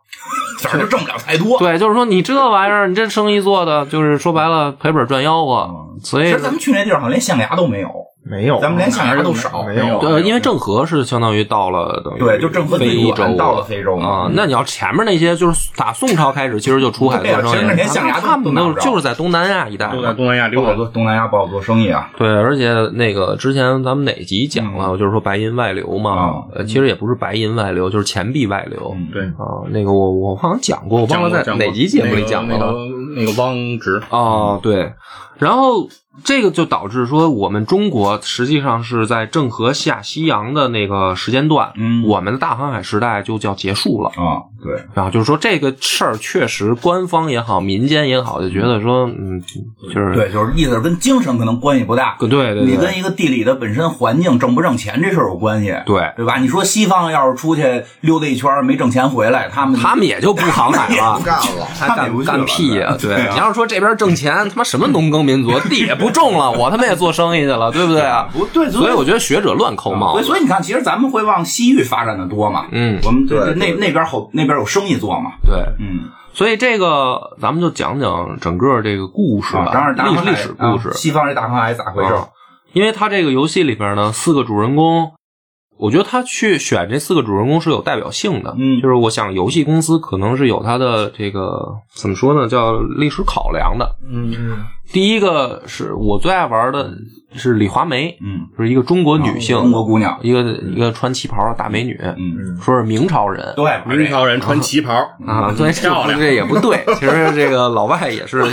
Speaker 1: 反正挣不了太多。
Speaker 2: 对，就是说你这玩意儿，你这生意做的，就是说白了赔本赚吆喝
Speaker 1: 嗯。
Speaker 2: 所
Speaker 1: 其
Speaker 2: 以
Speaker 1: 实，咱们去那地儿好像连象牙都没有，
Speaker 4: 没有啊，
Speaker 1: 咱们连象牙都少。
Speaker 4: 没有
Speaker 2: 对，呃因为郑和是相当于到了等于
Speaker 1: 对，就郑和最
Speaker 2: 非洲
Speaker 1: 远到了
Speaker 2: 了
Speaker 1: 非洲
Speaker 2: 啊、
Speaker 1: 嘛。
Speaker 2: 那你要前面那些就是打宋朝开始，其实就出海做
Speaker 1: 对啊
Speaker 2: 生
Speaker 1: 其实
Speaker 2: 意，
Speaker 1: 连象牙
Speaker 2: 他
Speaker 1: 都
Speaker 2: 他们
Speaker 1: 都啊
Speaker 2: 都
Speaker 1: 拿不着
Speaker 2: 就是在东南亚一带嘛，
Speaker 3: 都在东南亚
Speaker 1: 不
Speaker 3: 溜
Speaker 1: 好
Speaker 3: 达，
Speaker 1: 做东南亚不好做生意啊。
Speaker 2: 对，而且那个之前咱们哪集讲了，就是说白银外流嘛
Speaker 1: 啊，
Speaker 2: 呃其实也不是白银外流，就是钱币外流
Speaker 1: 嗯，
Speaker 3: 对，
Speaker 2: 啊。那个我我好像讲过，我忘
Speaker 3: 讲过
Speaker 2: 了在
Speaker 3: 讲过
Speaker 2: 哪集节目里讲
Speaker 3: 那
Speaker 2: 了
Speaker 3: 个那个那个汪直，
Speaker 2: 啊。对，然后这个就导致说，我们中国实际上是在郑和下西洋的那个时间段，
Speaker 1: 嗯
Speaker 2: 我们的大航海时代就叫结束了。
Speaker 1: 啊，对，
Speaker 2: 然后就是说，这个事儿确实官方也好，民间也好，就觉得说，嗯，就是
Speaker 1: 对，就是意思是跟精神可能关系不大。
Speaker 2: 对对对，
Speaker 1: 你跟一个地理的本身环境挣不挣钱这事儿有关系，
Speaker 2: 对
Speaker 1: 对吧？你说西方要是出去溜达一圈儿没挣钱回来，他们
Speaker 2: 他们也就不航海了 [LAUGHS]
Speaker 4: 不。干了。啊
Speaker 2: 他
Speaker 1: 他们也
Speaker 2: 干
Speaker 1: 不去
Speaker 2: 干
Speaker 1: 了
Speaker 2: 屁呀、对，
Speaker 1: 对啊
Speaker 2: 你要是说这边挣钱，他妈什么农耕民族，地也不种了，我他妈也做生意去了，对不对啊？
Speaker 1: 不对，
Speaker 2: 所以我觉得学者乱扣帽
Speaker 1: 所以
Speaker 2: 子。
Speaker 1: 所以你看，其实咱们会往西域发展的多嘛，
Speaker 2: 嗯
Speaker 1: 我们
Speaker 4: 对
Speaker 1: 那那边好，那边有生意做嘛，
Speaker 2: 对，
Speaker 1: 嗯，
Speaker 2: 所以这个咱们就讲讲整个这个故事
Speaker 1: 啊
Speaker 2: 吧，
Speaker 1: 当然大
Speaker 2: 历
Speaker 1: 航
Speaker 2: 史
Speaker 1: 海
Speaker 2: 历史故事
Speaker 1: 啊。西方这大航海咋回事
Speaker 2: 啊？因为他这个游戏里边呢，四个主人公，我觉得他去选这四个主人公是有代表性的。
Speaker 1: 嗯
Speaker 2: 就是我想游戏公司可能是有它的这个怎么说呢，叫历史考量的。
Speaker 4: 嗯，
Speaker 2: 第一个是我最爱玩的是李华梅，
Speaker 1: 嗯，啊
Speaker 2: 就是一个中国女性，
Speaker 1: 中国姑娘，
Speaker 2: 一个一个穿旗袍的大美女，
Speaker 1: 哦嗯，
Speaker 2: 说是明朝人
Speaker 1: 都爱玩
Speaker 3: 明
Speaker 1: 这个，
Speaker 3: 朝人穿旗袍，
Speaker 2: 啊，对，这
Speaker 3: 漂亮
Speaker 2: 这也不对。其实这个老外也是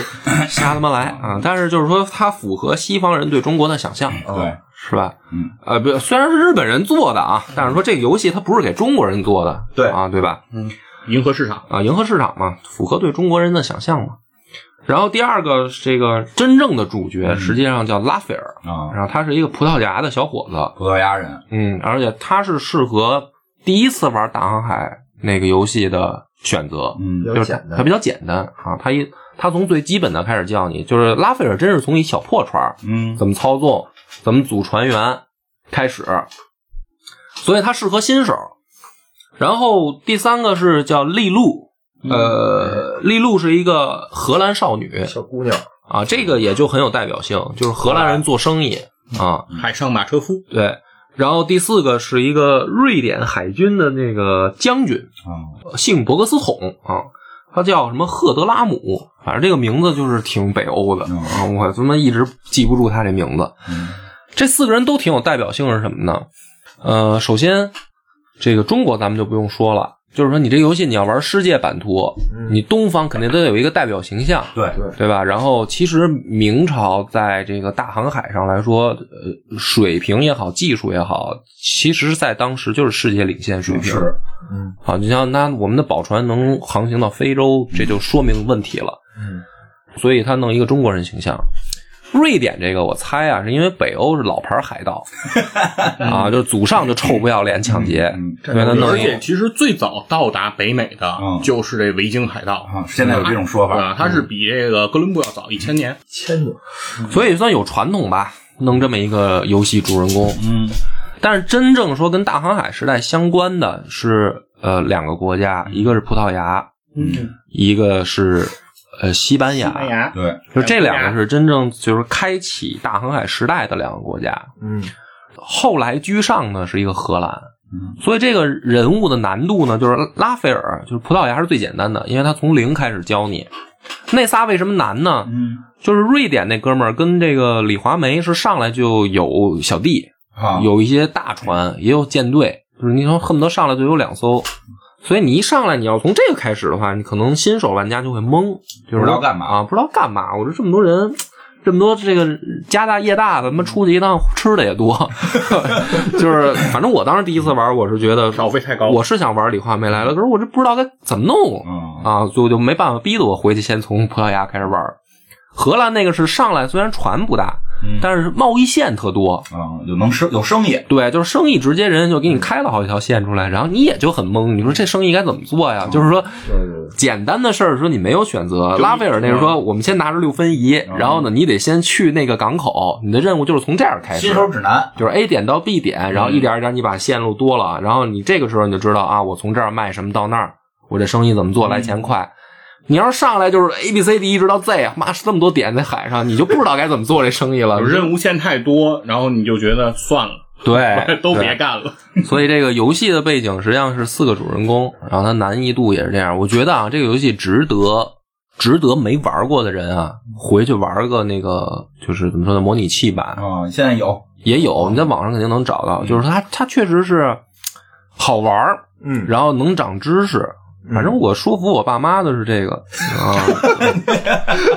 Speaker 2: 瞎他妈来啊，但是就是说它符合西方人对中国的想象，
Speaker 1: 对，
Speaker 2: 是吧？
Speaker 1: 嗯，
Speaker 2: 呃，不，虽然是日本人做的啊，但是说这个游戏它不是给中国人做的，
Speaker 1: 对
Speaker 2: 啊，对吧？
Speaker 3: 迎合市场，
Speaker 2: 啊，迎合市场嘛，符合对中国人的想象嘛。然后第二个，这个真正的主角实际上叫拉斐尔，
Speaker 1: 啊，
Speaker 2: 然后他是一个葡萄牙的小伙子，
Speaker 1: 葡萄牙人，
Speaker 2: 嗯，而且它是适合第一次玩大航海那个游戏的选择，
Speaker 1: 嗯
Speaker 4: 有，
Speaker 2: 就
Speaker 4: 比较
Speaker 2: 是
Speaker 4: 简单
Speaker 2: 它比较简单啊。它一它从最基本的开始教你，就是拉斐尔真是从一小破船儿
Speaker 1: 嗯，
Speaker 2: 怎么操纵、怎么组船员开始，所以它适合新手。然后第三个是叫利露，
Speaker 4: 嗯
Speaker 2: 呃，利露是一个荷兰少女
Speaker 4: 小姑娘，
Speaker 2: 啊，这个也就很有代表性，就是荷兰人做生意啊。
Speaker 3: 海上马车夫，
Speaker 2: 对，然后第四个是一个瑞典海军的那个将军，
Speaker 1: 啊，
Speaker 2: 呃姓伯格斯统啊，他叫什么赫德拉姆，反正这个名字就是挺北欧的
Speaker 1: 嗯
Speaker 2: 啊，我他妈一直记不住他这名字。
Speaker 1: 嗯
Speaker 2: 这四个人都挺有代表性，是什么呢？呃，首先这个中国咱们就不用说了。就是说，你这游戏你要玩世界版图，
Speaker 4: 嗯
Speaker 2: 你东方肯定都有一个代表形象，
Speaker 1: 对，
Speaker 2: 对吧？然后其实明朝在这个大航海上来说，呃，水平也好，技术也好，其实在当时就是世界领先水平。
Speaker 1: 是，
Speaker 4: 嗯，
Speaker 2: 啊，你像那我们的宝船能航行到非洲，这就说明问题了。
Speaker 4: 嗯，
Speaker 2: 所以他弄一个中国人形象。瑞典这个我猜啊，是因为北欧是老牌
Speaker 1: [LAUGHS]
Speaker 2: 海盗啊，就是祖上就臭不要脸抢劫，
Speaker 1: 嗯
Speaker 2: 所以他弄
Speaker 3: 而
Speaker 2: 一个
Speaker 3: 且其实最早到达北美的
Speaker 1: 嗯
Speaker 3: 就是这维京海盗，
Speaker 1: 啊，现在有这种说
Speaker 3: 啊，
Speaker 1: 法，
Speaker 3: 它是比这个哥伦布要早一千年。
Speaker 4: 千年
Speaker 2: 所以算有传统吧，弄这么一个游戏主人公。
Speaker 1: 嗯
Speaker 2: 但是真正说跟大航海时代相关的是呃两个国家，一个是葡萄牙，
Speaker 1: 嗯，
Speaker 2: 一个是呃西班牙。
Speaker 3: 哎呀，
Speaker 1: 对，
Speaker 2: 就这两个是真正就是开启大航海时代的两个国家。
Speaker 4: 嗯，
Speaker 2: 后来居上呢是一个荷兰
Speaker 1: 嗯，
Speaker 2: 所以这个人物的难度呢，就是拉斐尔，就是葡萄牙是最简单的，因为他从零开始教你。那仨为什么难呢？
Speaker 1: 嗯
Speaker 2: 就是瑞典那哥们儿跟这个李华梅是上来就有小弟，
Speaker 1: 啊，哎
Speaker 2: 有一些大船，也有舰队，就是你说恨不得上来就有两艘。所以你一上来，你要从这个开始的话，你可能新手玩家就会懵，就是
Speaker 1: 不知道干嘛
Speaker 2: 啊，不知道干嘛。我说这么多人，这么多这个家大业大的，他妈出去一趟吃的也多， [LAUGHS] 就是反正我当时第一次玩，我是觉得
Speaker 3: 消费太高，
Speaker 2: 我是想玩李化梅来了，可是我这不知道该怎么弄，
Speaker 1: 嗯
Speaker 2: 啊，所以我就没办法，逼得我回去先从葡萄牙开始玩儿。荷兰那个是上来虽然船不大，
Speaker 1: 嗯
Speaker 2: 但是贸易线特多，
Speaker 1: 啊，有能生有生意，
Speaker 2: 对，就是生意直接人家就给你
Speaker 3: 嗯
Speaker 2: 开了好几条线出来，然后你也就很懵，你说这生意该怎么做
Speaker 3: 嗯
Speaker 2: 呀？就是说
Speaker 4: 就是
Speaker 2: 简单的事儿，说你没有选择。拉斐尔那是说，
Speaker 3: 嗯
Speaker 2: 我们先拿着六分仪，然后呢，你得先去那个港口，你的任务就是从这儿开始。
Speaker 1: 新手指南，
Speaker 2: 就是 A 点到 B 点，
Speaker 3: 嗯
Speaker 2: 然后一点一点你把线路多了，然后你这个时候你就知道啊，我从这儿卖什么到那儿，我这生意怎么做
Speaker 3: 嗯
Speaker 2: 来钱快。你要是上来就是 A B C D 一直到 Z，妈这么多点在海上，你就不知道该怎么做这生
Speaker 3: [LAUGHS]
Speaker 2: 意了
Speaker 3: 有。任务线太多，然后你就觉得算了，
Speaker 2: 哎对
Speaker 3: [LAUGHS] ，都别干了。
Speaker 2: 对。所以这个游戏的背景实际上是四个主人公，然后它难易度也是这样。我觉得啊，这个游戏值得值得没玩过的人啊，回去玩个那个就是怎么说呢，模拟器版，
Speaker 1: 啊，现在有，
Speaker 2: 也有，你在网上肯定能找到。就是它，它确实是好玩儿，
Speaker 4: 嗯，
Speaker 2: 然后能长知识。反正我说服我爸妈的是这个啊，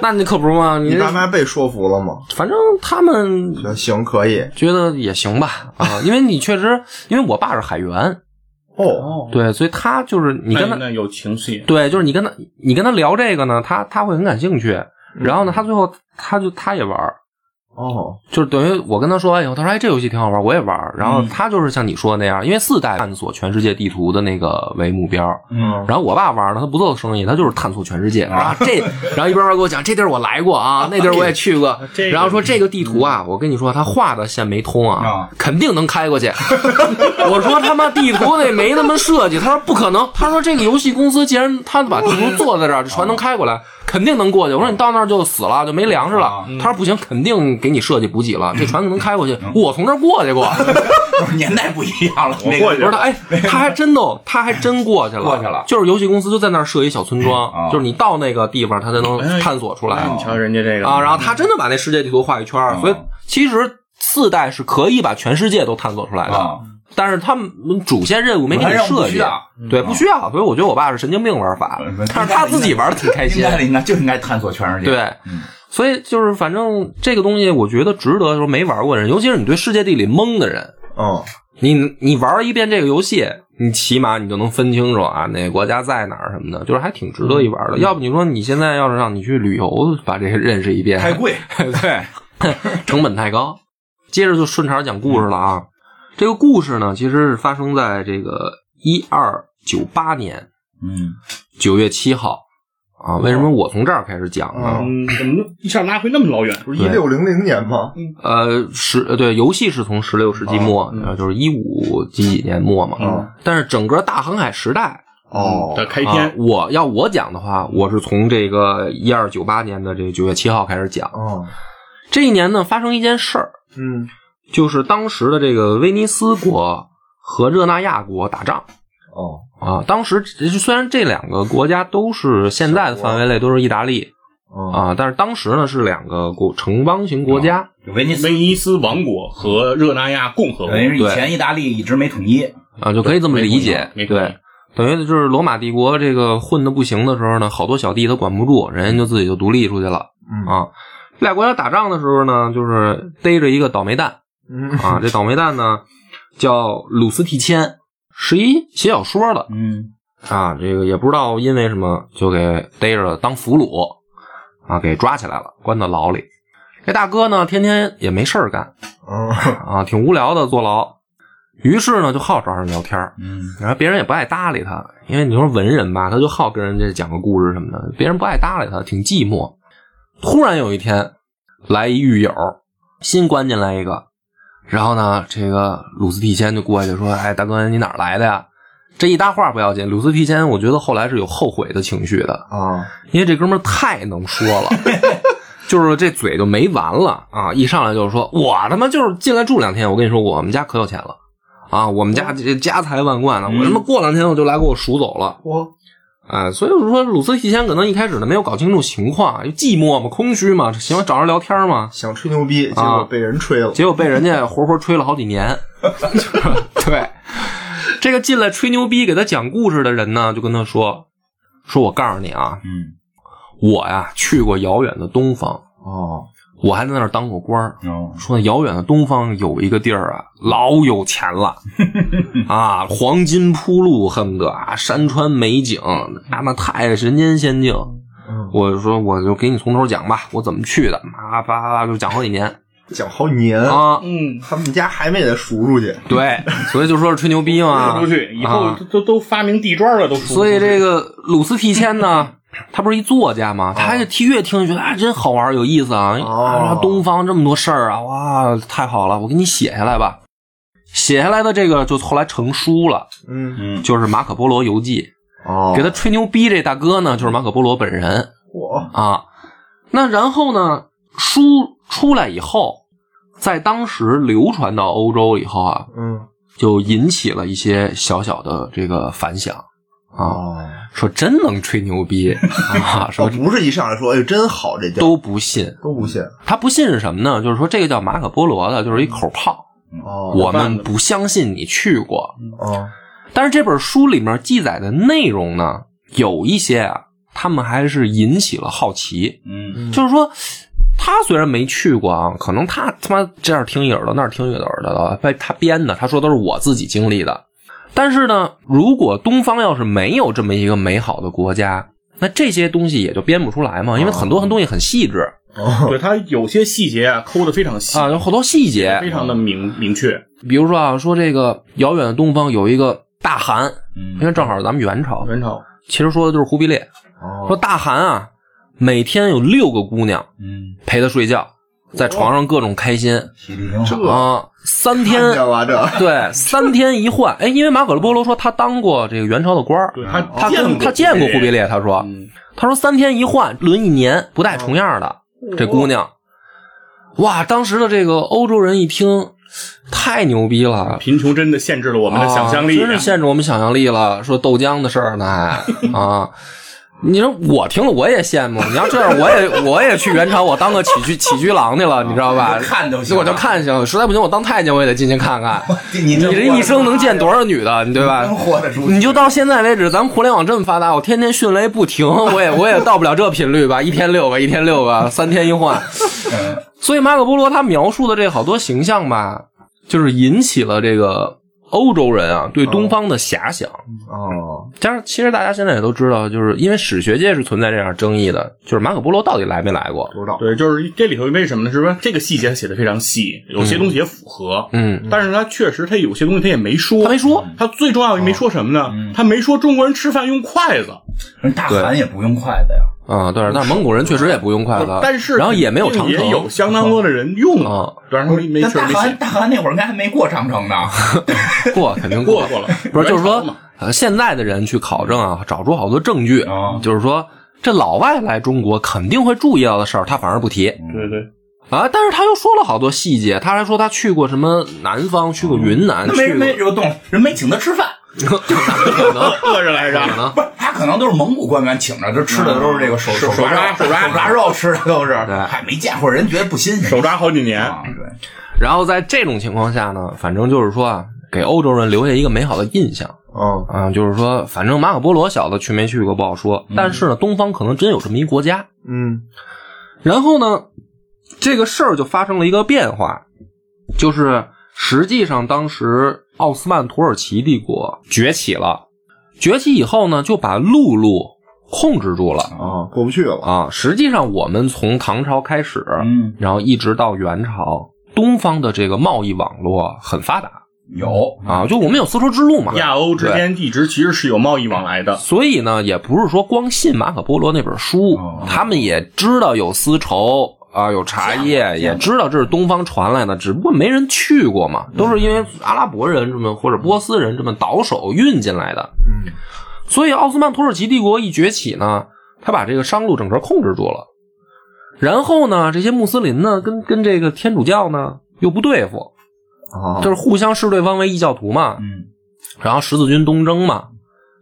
Speaker 2: 那你可不是嘛，你
Speaker 4: 你爸妈被说服了吗？
Speaker 2: 反正他们
Speaker 4: 行行，可以
Speaker 2: 觉得也行吧啊，因为你确实，因为我爸是海员，
Speaker 4: 哦，
Speaker 2: 对，所以他就是你跟
Speaker 3: 哎那
Speaker 2: 他
Speaker 3: 那有情戏，
Speaker 2: 对，就是你跟他你跟他聊这个呢，他他会很感兴趣，然后呢，他最后他就他也玩儿，
Speaker 4: 哦，
Speaker 2: 就是等于我跟他说完以后，他说：“哎，这游戏挺好玩，我也玩。”然后他就是像你说的那样，因为四代探索全世界地图的那个为目标。
Speaker 1: 嗯
Speaker 2: 然后我爸玩呢，他不做生意，他就是探索全世界。然后这，然后一边玩跟我讲这地儿我来过啊，那地儿我也去过。
Speaker 3: 这个
Speaker 2: 然后说这个地图啊，我跟你说，他画的线没通啊
Speaker 1: 啊，
Speaker 2: 肯定能开过去。我说他妈地图那没那么设计，他说不可能。他说这个游戏公司既然他把地图做在这儿，这船能开过来，肯定能过去。我说你到那儿就死了，就没粮食了
Speaker 1: 啊。
Speaker 2: 他说不行，肯定给你设计补给了，这船可能开过去。我从这儿过去过，
Speaker 1: 不是年代不一样了，那个
Speaker 3: 过去
Speaker 2: 不是他，哎，他还真都，他还真过去了，
Speaker 1: 过去了
Speaker 2: 就是游戏公司就在那儿设一小村
Speaker 1: 啊
Speaker 2: 庄，就是你到那个地方，他才能
Speaker 3: 哎
Speaker 2: 探索出来
Speaker 3: 哎你瞧人家这个
Speaker 2: 啊。然后他真的把那世界地图画一圈儿，
Speaker 1: 嗯
Speaker 2: 所以其实四代是可以把全世界都探索出来的。
Speaker 1: 啊，
Speaker 2: 但是他们主线任务没给你
Speaker 1: 还让不
Speaker 2: 设
Speaker 1: 需
Speaker 2: 计
Speaker 1: 要，
Speaker 2: 对，不需要。所以我觉得我爸是神经病玩法
Speaker 1: 嗯，
Speaker 2: 但是他自己玩的挺开
Speaker 1: 应
Speaker 2: 心。
Speaker 1: 该的应该就应该探索全世界，
Speaker 2: 对
Speaker 1: 嗯，
Speaker 2: 所以就是反正这个东西，我觉得值得说没玩过的人，尤其是你对世界地理懵的人，
Speaker 4: 嗯，
Speaker 2: 你你玩一遍这个游戏，你起码你就能分清楚啊，哪个国家在哪儿什么的，就是还挺值得一玩的。要不你说你现在要是让你去旅游，把这个认识一遍，
Speaker 1: 太贵，
Speaker 2: [LAUGHS] 对，成本太高。接着就顺茬讲故事了啊。这个故事呢，其实是发生在这个一二九八年
Speaker 1: [LAUGHS] 嗯
Speaker 2: 九月七号啊。为什么我从这儿开始讲呢？
Speaker 3: 嗯，怎么一下拉回那么老远？
Speaker 4: 嗯不是一六零零年吗？
Speaker 2: 呃，十呃对，游戏是从十六世纪末，呃，就是一五几几年末嘛。啊
Speaker 4: 嗯
Speaker 2: 但是整个大航海时代，
Speaker 4: 哦，
Speaker 3: 的开
Speaker 2: 啊
Speaker 3: 篇，
Speaker 2: 我要我讲的话，我是从这个一二九八年的这九月七号开始讲。
Speaker 4: 哦，
Speaker 2: 这一年呢，发生一件事儿，
Speaker 4: 嗯，
Speaker 2: 就是当时的这个威尼斯国和热那亚国打仗
Speaker 4: 哦，
Speaker 2: 啊。当时虽然这两个国家都是现在的范围内都是意大利
Speaker 4: 哦，
Speaker 2: 啊，但是当时呢是两个国城邦型国家。
Speaker 1: 就威尼斯
Speaker 3: 威尼斯王国和热那亚共和国
Speaker 1: 等于是以
Speaker 2: 对
Speaker 1: 前意大利一直没统一，
Speaker 2: 啊，哎就可以这么理解，
Speaker 3: 没啊错没
Speaker 2: 对
Speaker 3: 错。
Speaker 2: 等于就是罗马帝国这个混的不行的时候呢，好多小弟他管不住，人家就自己就独立出去了、
Speaker 4: 嗯
Speaker 2: 啊。这俩国家打仗的时候呢，就是逮着一个倒霉蛋
Speaker 4: 嗯，
Speaker 2: 啊，这倒霉蛋呢叫鲁斯提谦，是一写小说的
Speaker 1: 嗯
Speaker 2: 啊，这个也不知道因为什么就给逮着了当俘虏啊，给抓起来了，关到牢里。这大哥呢，天天也没事儿干
Speaker 4: 嗯
Speaker 2: 啊，挺无聊的坐牢，于是呢就好找人聊天儿
Speaker 1: 嗯
Speaker 2: 然后别人也不爱搭理他，因为你说文人吧，他就好跟人家讲个故事什么的，别人不爱搭理他，挺寂寞。突然有一天，来一狱友，新关进来一个，然后呢，这个鲁斯提谦就过去就说：“哎，大哥，你哪儿来的呀？”这一搭话不要紧，鲁斯提谦我觉得后来是有后悔的情绪的，
Speaker 4: 啊，
Speaker 2: 因为这哥们儿太能说了，就是这嘴就没完了啊！一上来就是说，我他妈就是进来住两天，我跟你说，我们家可有钱了啊，我们家这家财万贯呢，我他妈过两天我就来给我赎走了。
Speaker 4: 我
Speaker 2: 哎，所以我说鲁斯提前可能一开始呢没有搞清楚情况，寂寞嘛，空虚嘛，喜欢找人聊天嘛，
Speaker 4: 想吹牛逼，结果被人吹了。
Speaker 2: 结果被人家活活吹了好几年。对，这个进来吹牛逼给他讲故事的人呢，就跟他说：“说我告诉你啊，
Speaker 1: 嗯
Speaker 2: 我呀去过遥远的东方，
Speaker 4: 哦，
Speaker 2: 我还在那儿当过官儿。
Speaker 1: 哦
Speaker 2: 说那遥远的东方有一个地儿啊，老有钱 [LAUGHS] 了啊，黄金铺路，恨不得啊，山川美景，那那太人间仙境。
Speaker 4: 嗯
Speaker 2: 我说我就给你从头讲吧，我怎么去的，啊，叭叭叭就讲好几年
Speaker 4: 讲好几年，
Speaker 2: 啊，
Speaker 3: 嗯，
Speaker 4: 他们家还没给他赎出去。
Speaker 2: 对，所以就说 [LAUGHS] 是吹牛逼嘛，
Speaker 3: 说出去以后
Speaker 2: 啊
Speaker 3: 都都都发明地砖了，都说。
Speaker 2: 所以这个鲁斯提谦呢，他不是一作家吗？他这听越听越觉得啊，真好玩儿有意思啊！啊，东方这么多事儿啊，哇，太好了！我给你写下来吧。写下来的这个就后来成书了，
Speaker 4: 嗯，
Speaker 1: 嗯
Speaker 2: 就是《马可波罗游记
Speaker 4: 哦》。
Speaker 2: 给他吹牛逼这大哥呢，就是马可波罗本人
Speaker 4: 我
Speaker 2: 啊。那然后呢，书出来以后，在当时流传到欧洲以后啊，
Speaker 4: 嗯
Speaker 2: 就引起了一些小小的这个反响啊。
Speaker 4: 哦，
Speaker 2: 说真能吹牛逼啊，
Speaker 4: 哦
Speaker 2: 说
Speaker 4: 不是一上来说哎呦真好这家
Speaker 2: 都不信。
Speaker 4: 都不信
Speaker 2: 他不信是什么呢？就是说这个叫马可波罗的，就是一口炮，
Speaker 4: 哦
Speaker 2: 我们不相信你去过。
Speaker 4: 哦
Speaker 2: 但是这本书里面记载的内容呢，有一些啊，他们还是引起了好奇，
Speaker 1: 嗯
Speaker 2: 就是说。他虽然没去过啊，可能他他妈这样听一耳朵，那儿听一耳朵的，被他编的。他说都是我自己经历的，但是呢，如果东方要是没有这么一个美好的国家，那这些东西也就编不出来嘛，因为
Speaker 3: 啊
Speaker 2: 很多很多东西很细致
Speaker 4: 哦
Speaker 3: [LAUGHS] 对它有些细节啊抠的非常细，
Speaker 2: 啊，有好多细
Speaker 3: 非
Speaker 2: 节。
Speaker 3: 常的明明确。
Speaker 2: 比如说啊，说这个遥远的东方有一个大汗，因
Speaker 1: 嗯
Speaker 2: 为正好是咱们元朝，
Speaker 3: 元朝
Speaker 2: 其实说的就是忽必烈。说
Speaker 3: 嗯
Speaker 4: 哦
Speaker 2: 大汗啊，每天有六个姑娘
Speaker 1: 嗯，
Speaker 2: 陪他睡觉，在床上各种开心
Speaker 1: 洗地挺好。
Speaker 2: 啊，三
Speaker 4: 看
Speaker 2: 天
Speaker 4: 见吧这
Speaker 2: 对，三天一换。哎，因为马可波罗说他当过这个元朝的官儿，
Speaker 3: 对他
Speaker 2: 他跟啊哦他见
Speaker 3: 见
Speaker 2: 过忽必
Speaker 3: 烈，
Speaker 2: 烈，他说，
Speaker 3: 嗯
Speaker 2: 他说三天一换，轮一年，不带重样的。这姑娘，哇，当时的这个欧洲人一听，太牛逼了。
Speaker 3: 贫穷真的限制了我
Speaker 2: 我
Speaker 3: 们的想象力啊，
Speaker 2: 真是限制我们想象力了。说豆浆的事儿呢，还啊，你说我听了我也羡慕。你要这样，我也我也去元朝，我当个起居起居郎去了，你知道吧？
Speaker 1: 啊你就看就行
Speaker 2: 我就看行，实在不行我当太监，我也得进去看看。
Speaker 1: [LAUGHS] 你
Speaker 2: 你这一生能见多少女的，你对吧？
Speaker 1: 能活得出去
Speaker 2: 你就到现在为止，咱们互联网这么发达，我天天迅雷不停，我也我也到不了这频率吧？ [LAUGHS] 一天六个，一天六个，三天一换。所以马可波罗他描述的这好多形象吧，就是引起了这个欧洲人啊对东方的遐想。
Speaker 4: 哦
Speaker 2: 加上其实大家现在也都知道，就是因为史学界是存在这样争议的，就是马可波罗到底来没来过？
Speaker 4: 不知道
Speaker 3: 对，就是这里头为什么呢？是说这个细节写的非常细，有些东西也符合，
Speaker 2: 嗯，
Speaker 3: 但是他确实他有些东西他也没说，
Speaker 2: 他没说。啊嗯
Speaker 3: 他最重要的没说什么呢？他没说中国人吃饭用筷子，
Speaker 1: 人大韩也不用筷子呀。
Speaker 2: 啊、对，但是蒙古人确实也不用筷子，
Speaker 3: 但是
Speaker 2: 然后也没有长
Speaker 3: 也
Speaker 2: 城，
Speaker 3: 有相当多的人用
Speaker 2: 啊，
Speaker 3: 对，然后没没
Speaker 1: 但
Speaker 3: 确
Speaker 1: 大
Speaker 3: 实没
Speaker 1: 韩
Speaker 3: 写
Speaker 1: 大韩那会儿应该还没过长城呢。
Speaker 2: 过肯定
Speaker 3: 过过了，
Speaker 2: 不是，就是
Speaker 3: 元朝
Speaker 2: 说
Speaker 3: 嘛，
Speaker 2: 呃，现在的人去考证啊，找出好多证据，
Speaker 1: 啊
Speaker 2: 就是说，这老外来中国肯定会注意到的事儿，他反而不提
Speaker 3: 对对，
Speaker 2: 啊。但是他又说了好多细节，他还说他去过什么南方，去过云南，
Speaker 1: 哦那没
Speaker 2: 去
Speaker 1: 人没
Speaker 2: 过
Speaker 1: 有动，人没请他吃饭，
Speaker 2: 可能
Speaker 3: 饿着来着，
Speaker 2: 可能
Speaker 1: 不是啊他可能都是蒙古官员请着，这吃的都是这个手手手抓手抓手抓肉吃的都是，
Speaker 2: 对
Speaker 1: 嗨，没见过人觉得不新鲜。
Speaker 3: 手抓好几年，
Speaker 1: 啊，对，
Speaker 2: 然后在这种情况下呢，反正就是说啊，给欧洲人留下一个美好的印象
Speaker 4: 哦
Speaker 2: 啊，就是说，反正马可波罗小子去没去过不好说，
Speaker 1: 嗯
Speaker 2: 但是呢，东方可能真有这么一国家。
Speaker 4: 嗯
Speaker 2: 然后呢，这个事儿就发生了一个变化，就是实际上当时奥斯曼土耳其帝国崛起了，崛起以后呢，就把陆路控制住了
Speaker 4: 啊，过不去了。
Speaker 2: 啊。实际上，我们从唐朝开始，
Speaker 1: 嗯，
Speaker 2: 然后一直到元朝，东方的这个贸易网络很发达
Speaker 1: 有
Speaker 2: 啊，就我们有丝绸之路嘛。
Speaker 3: 亚欧之间地质其实是有贸易往来的，
Speaker 2: 所以呢，也不是说光信马可波罗那本书，
Speaker 1: 哦
Speaker 2: 他们也知道有丝绸啊、有茶叶，也知道这是东方传来的，只不过没人去过嘛，
Speaker 1: 嗯
Speaker 2: 都是因为阿拉伯人这么或者波斯人这么倒手运进来的。
Speaker 4: 嗯，
Speaker 2: 所以奥斯曼土耳其帝国一崛起呢，他把这个商路整个控制住了。然后呢，这些穆斯林呢，跟跟这个天主教呢又不对付，
Speaker 4: 啊，
Speaker 2: 就是互相视对方为异教徒嘛。
Speaker 1: 嗯
Speaker 2: 然后十字军东征嘛，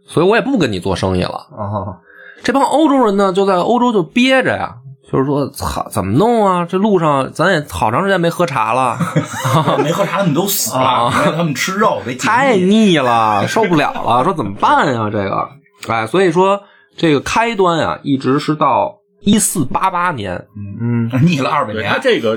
Speaker 2: 所以我也不跟你做生意了。
Speaker 4: 啊，
Speaker 2: 这帮欧洲人呢，就在欧洲就憋着呀，就是说，操，怎么弄啊？这路上咱也好长时间没喝茶了，
Speaker 1: 没喝茶他们都死了，
Speaker 2: 啊
Speaker 1: 让他们吃肉得解
Speaker 2: 太
Speaker 1: 腻
Speaker 2: 腻了，受不了了，说怎么办呀？这个，哎，所以说这个开端啊，一直是到一四八八年，啊
Speaker 4: 嗯，
Speaker 1: 腻了二百
Speaker 3: 对
Speaker 1: 年
Speaker 3: 他，这个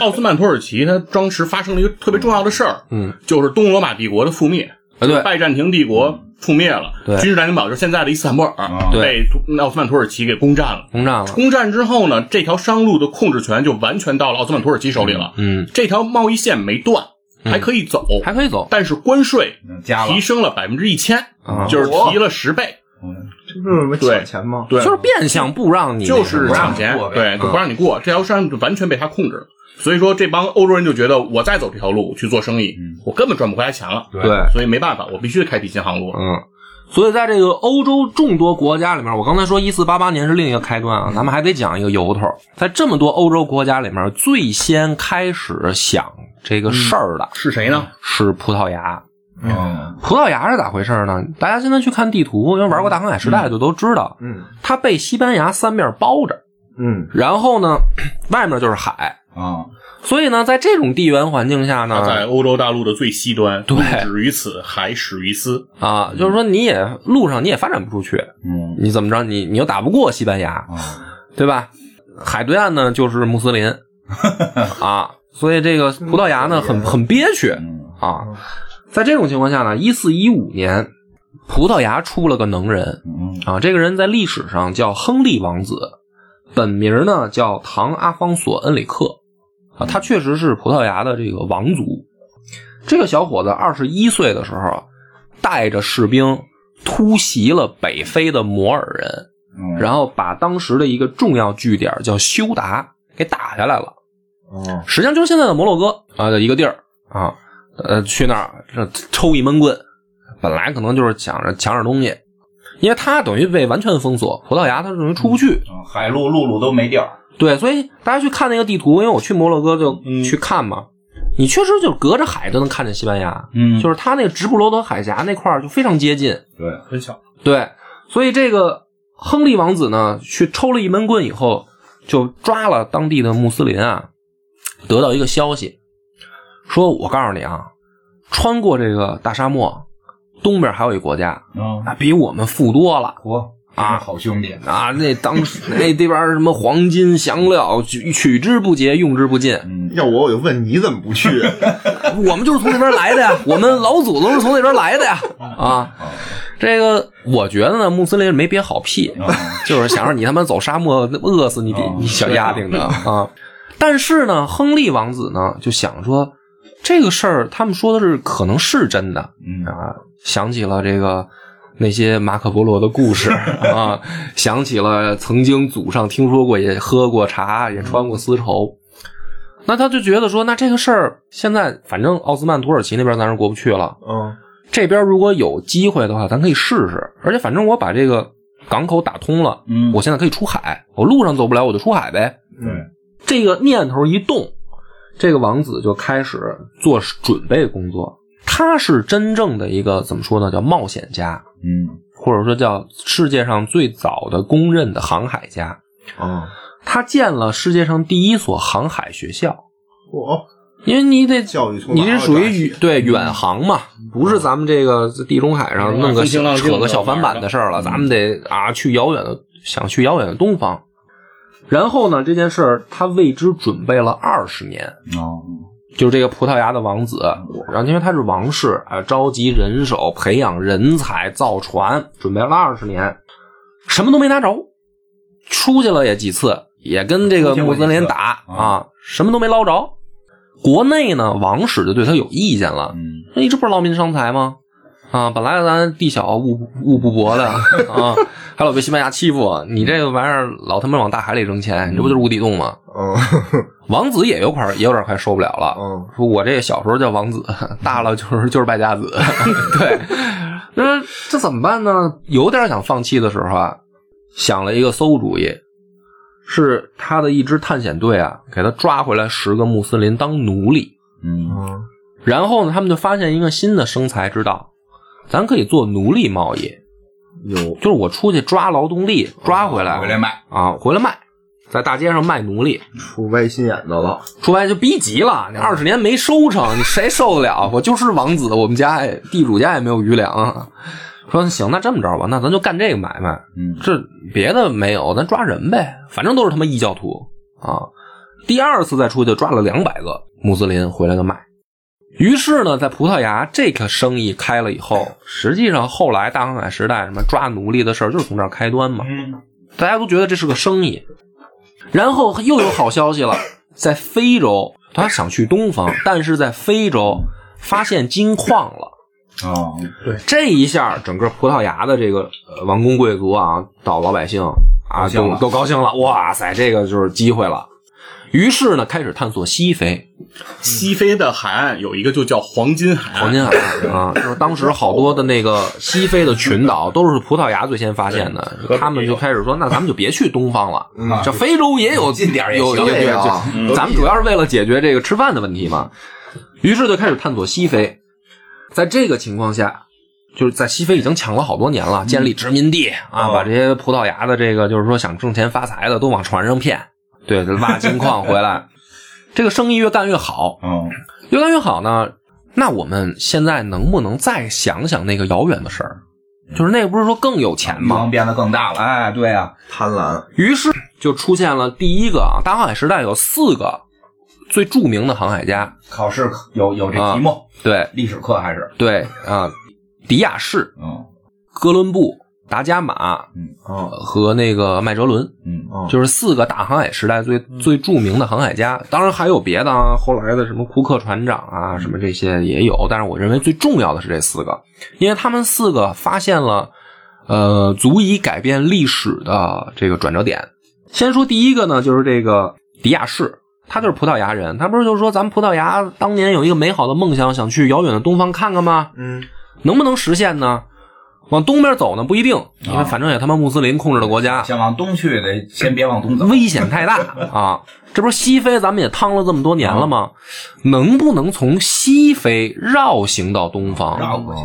Speaker 3: 奥斯曼土耳其，它当时发生了一个特别重要的事儿，
Speaker 2: 嗯，
Speaker 3: 就是东罗马帝国的覆灭，
Speaker 2: 啊对，
Speaker 3: 拜占庭帝国覆灭了，
Speaker 2: 对
Speaker 3: 君士坦丁堡就是现在的伊斯坦布尔
Speaker 1: 啊
Speaker 3: 被土奥斯曼土耳其给攻占了。
Speaker 2: 轰炸了，
Speaker 3: 攻占之后呢，这条商路的控制权就完全到了奥斯曼土耳其手里了。
Speaker 2: 嗯，
Speaker 3: 这条贸易线没断，还可以走，
Speaker 2: 还可以走，
Speaker 3: 但是关税
Speaker 1: 嗯加了
Speaker 3: 提，升了百分之一千
Speaker 2: 啊，
Speaker 3: 就是提了十倍。
Speaker 1: 嗯
Speaker 4: 这不是什么
Speaker 3: 对
Speaker 4: 抢钱吗？
Speaker 3: 对
Speaker 2: 就是变相不让你那
Speaker 3: 就
Speaker 2: 什
Speaker 1: 哦
Speaker 2: 么
Speaker 3: 是
Speaker 1: 不让
Speaker 3: 抢钱
Speaker 1: 你过，呗嗯
Speaker 3: 对，就不让你过，这条山就完全被他控制了。所以说，这帮欧洲人就觉得，我再走这条路去做生意，我根本赚不回来钱了。
Speaker 1: 嗯对
Speaker 2: 对，
Speaker 3: 所以没办法，我必须开辟新航路。
Speaker 2: 嗯，所以在这个欧洲众多国家里面，我刚才说一四八八年是另一个开端啊，咱们还得讲一个由头。在这么多欧洲国家里面，最先开始想这个事儿的
Speaker 3: 是谁呢？
Speaker 2: 是葡萄牙。
Speaker 1: 嗯
Speaker 2: 葡萄牙是咋回事呢？大家现在去看地图，因为玩过大航海时代的就都知道，
Speaker 4: 嗯
Speaker 2: 它被西班牙三面包着，
Speaker 4: 嗯，
Speaker 2: 然后呢，外面就是海，
Speaker 1: 啊，
Speaker 2: 所以呢，在这种地缘环境下
Speaker 3: 他在
Speaker 2: 呢，
Speaker 3: 欧洲大陆的最西端，
Speaker 2: 对
Speaker 3: 止于此，还始于斯。
Speaker 2: 啊，就是说你也路上你也发展不出去，
Speaker 1: 嗯
Speaker 2: 你怎么着，你你又打不过西班牙，
Speaker 1: 啊，
Speaker 2: 对吧？海对岸呢就是穆斯林啊，所以这个葡萄牙呢很很憋屈
Speaker 1: 嗯
Speaker 2: 啊。在这种情况下呢，一四一五年，葡萄牙出了个能人
Speaker 1: 嗯
Speaker 2: 啊，这个人在历史上叫亨利王子，本名呢叫唐阿方索恩里克啊，他确实是葡萄牙的这个王族。这个小伙子二十一岁的时候，啊带着士兵突袭了北非的摩尔人，
Speaker 1: 嗯，
Speaker 2: 然后把当时的一个重要据点叫休达给打下来了，
Speaker 1: 嗯
Speaker 4: 哦，
Speaker 2: 实际上就是现在的摩洛哥啊的一个地儿啊，呃，去那儿这抽一闷棍，本来可能就是想着抢点东西，因为他等于被完全封锁，葡萄牙他等于出不去，
Speaker 1: 啊海陆陆路都没地儿，
Speaker 2: 对，所以大家去看那个地图，因为我去摩洛哥就去看嘛，你确实就隔着海就能看见西班牙，
Speaker 1: 嗯
Speaker 2: 就是他那个直布罗陀海峡那块儿就非常接近，
Speaker 1: 对，
Speaker 3: 很巧，
Speaker 2: 对，所以这个亨利王子呢，去抽了一闷棍以后，就抓了当地的穆斯林啊，得到一个消息，说我告诉你啊，穿过这个大沙漠，东边还有一国家，
Speaker 1: 嗯，
Speaker 2: 那比我们富多了。
Speaker 1: 国
Speaker 2: 啊
Speaker 1: 好兄弟，
Speaker 2: 啊，那当时那这边什么黄金香料取取之不竭，用之不尽。 [LAUGHS]
Speaker 1: 嗯
Speaker 4: 要我我就问你怎么不去？
Speaker 2: 我们就是从那边来的呀，我们老祖宗是从那边来的呀。啊，这个我觉得呢，穆斯林没憋好屁，
Speaker 1: 啊
Speaker 2: 就是想让你他妈走沙漠，饿死你
Speaker 1: 哦
Speaker 2: 你小丫挺的啊！但是呢，亨利王子呢就想说，这个事儿他们说的是可能是真的
Speaker 1: 嗯
Speaker 2: 啊，想起了这个那些马可波罗的故事啊，想起了曾经祖上听说过，也喝过茶，也穿过丝绸。那他就觉得说，那这个事儿现在反正奥斯曼土耳其那边咱是过不去了，
Speaker 4: [LAUGHS] 嗯
Speaker 2: 这边如果有机会的话，咱可以试试。而且反正我把这个港口打通了，
Speaker 1: 嗯，
Speaker 2: 我现在可以出海，我路上走不了，我就出海呗。
Speaker 1: 对，
Speaker 2: 这个念头一动，这个王子就开始做准备工作。他是真正的一个怎么说呢，叫冒险家，
Speaker 1: 嗯
Speaker 2: 或者说叫世界上最早的公认的航海家。
Speaker 4: 啊，
Speaker 2: 他建了世界上第一所航海学校，
Speaker 4: 我
Speaker 2: 因为你得
Speaker 4: 教育从
Speaker 2: 你这属
Speaker 4: 哪儿嗯
Speaker 2: 于
Speaker 4: 抓
Speaker 2: 远对远航嘛，不是咱们这个地中海上弄个
Speaker 3: 风嗯平浪静
Speaker 2: 扯个
Speaker 3: 的
Speaker 2: 小翻
Speaker 3: 玩儿嗯
Speaker 2: 板的事儿了，咱们得啊去遥远的想去遥远的东方。然后呢，这件事儿他为之准备了二十年，
Speaker 1: 哦，
Speaker 2: 就是这个葡萄牙的王子，然后因为他是王室啊，召集人手，培养人才，造船，准备了二十年，什么都没拿着，出去了也几次，也跟这个穆斯林打
Speaker 1: 出去过几次啊
Speaker 2: 啊，什么都没捞着。国内呢，王室就对他有意见了，
Speaker 1: 嗯，
Speaker 2: 那你这不是劳民伤财吗？啊，本来咱地小物物不
Speaker 1: [LAUGHS]
Speaker 2: 薄的啊，还老被西班牙欺负，你这个玩意儿老他妈往大海里扔钱，你这不就是无底洞吗？
Speaker 4: 嗯
Speaker 2: 王子也有块儿也有点快受不了了，
Speaker 4: 嗯
Speaker 2: 说我这小时候叫王子，大了就是就是败家子， [LAUGHS] 对，那这怎么办呢？有点想放弃的时候啊，想了一个馊主意，是他的一支探险队啊，给他抓回来十个穆斯林当奴隶，
Speaker 1: 嗯，
Speaker 4: 嗯
Speaker 2: 然后呢，他们就发现一个新的生财之道，咱可以做奴隶贸易，
Speaker 4: 有
Speaker 2: 就是我出去抓劳动力，抓回来，
Speaker 1: 哦回来卖，
Speaker 2: 啊，回来卖，在大街上卖奴隶，
Speaker 4: 出歪心眼子了，
Speaker 2: 出来就逼急了，你二十年没收成，你谁受得了？我就是王子，我们家也地主家也没有余粮。啊说行，那这么着吧，那咱就干这个买卖，
Speaker 1: 嗯
Speaker 2: 这别的没有，咱抓人呗，反正都是他妈异教徒啊。第二次再出去抓了两百个穆斯林回来就卖。于是呢，在葡萄牙这个生意开了以后，实际上后来大航海时代什么抓奴隶的事儿就是从这儿开端嘛。
Speaker 1: 嗯，
Speaker 2: 大家都觉得这是个生意。然后又有好消息了，在非洲，他想去东方，但是在非洲发现金矿了。
Speaker 1: 哦，
Speaker 2: 这一下，整个葡萄牙的这个呃王公贵族啊，到老百姓啊，
Speaker 1: 高兴
Speaker 2: 都
Speaker 1: 了
Speaker 2: 都高兴了。哇塞，这个就是机会了。于是呢，开始探索西非
Speaker 1: 嗯
Speaker 3: 西非的海岸有一个就叫黄金海岸，
Speaker 2: 黄金海
Speaker 1: [LAUGHS]
Speaker 2: 岸啊，就是当时好多的那个西非的群岛都是葡萄牙最先发
Speaker 1: [LAUGHS]
Speaker 2: 现的，他们就开始说，那咱们就别去东方了，
Speaker 4: 嗯
Speaker 1: 啊
Speaker 2: 这嗯非洲也有
Speaker 1: 近点儿也
Speaker 2: 有
Speaker 1: 行
Speaker 2: 有
Speaker 4: 对
Speaker 2: 有
Speaker 4: 啊
Speaker 2: 有咱们主要是为了解决这个吃饭的问题嘛。于是就开始探索西非，在这个情况下，就是在西非已经抢了好多年了，建立殖民地啊，
Speaker 1: 哦
Speaker 2: 把这些葡萄牙的这个就是说想挣钱发财的都往船上骗，对，就挖金矿回来，这个生意越干越好，
Speaker 1: 嗯，
Speaker 2: 越干越好呢。那我们现在能不能再想想那个遥远的事儿？就是那不是说更有钱
Speaker 1: 欲
Speaker 2: 吗
Speaker 1: 望？变得更大了，哎，对啊，
Speaker 4: 贪婪，
Speaker 2: 于是就出现了第一个啊，大航海时代有四个最著名的航海家，
Speaker 1: 考试有有这题目，
Speaker 2: 对
Speaker 1: 历史课还是，
Speaker 2: 对啊，迪亚士、
Speaker 1: 嗯
Speaker 2: 哥伦布、达伽马
Speaker 4: 嗯
Speaker 2: 和那个麦哲伦，
Speaker 1: 嗯
Speaker 4: 嗯，
Speaker 2: 就是四个大航海时代最最著名的航海家。当然还有别的啊，后来的什么库克船长啊，什么这些也有，但是我认为最重要的是这四个，因为他们四个发现了呃足以改变历史的这个转折点。先说第一个呢，就是这个迪亚士，他就是葡萄牙人，他不是就说咱们葡萄牙当年有一个美好的梦想，想去遥远的东方看看吗？
Speaker 4: 嗯
Speaker 2: 能不能实现呢？往东边走呢不一定，因为反正也他妈穆斯林控制的国家，
Speaker 1: 想往东去得先别往东走，
Speaker 2: 危险太大啊！这不是西非咱们也趟了这么多年了吗？能不能从西非绕行到东
Speaker 1: 绕
Speaker 2: 方？
Speaker 1: 过去，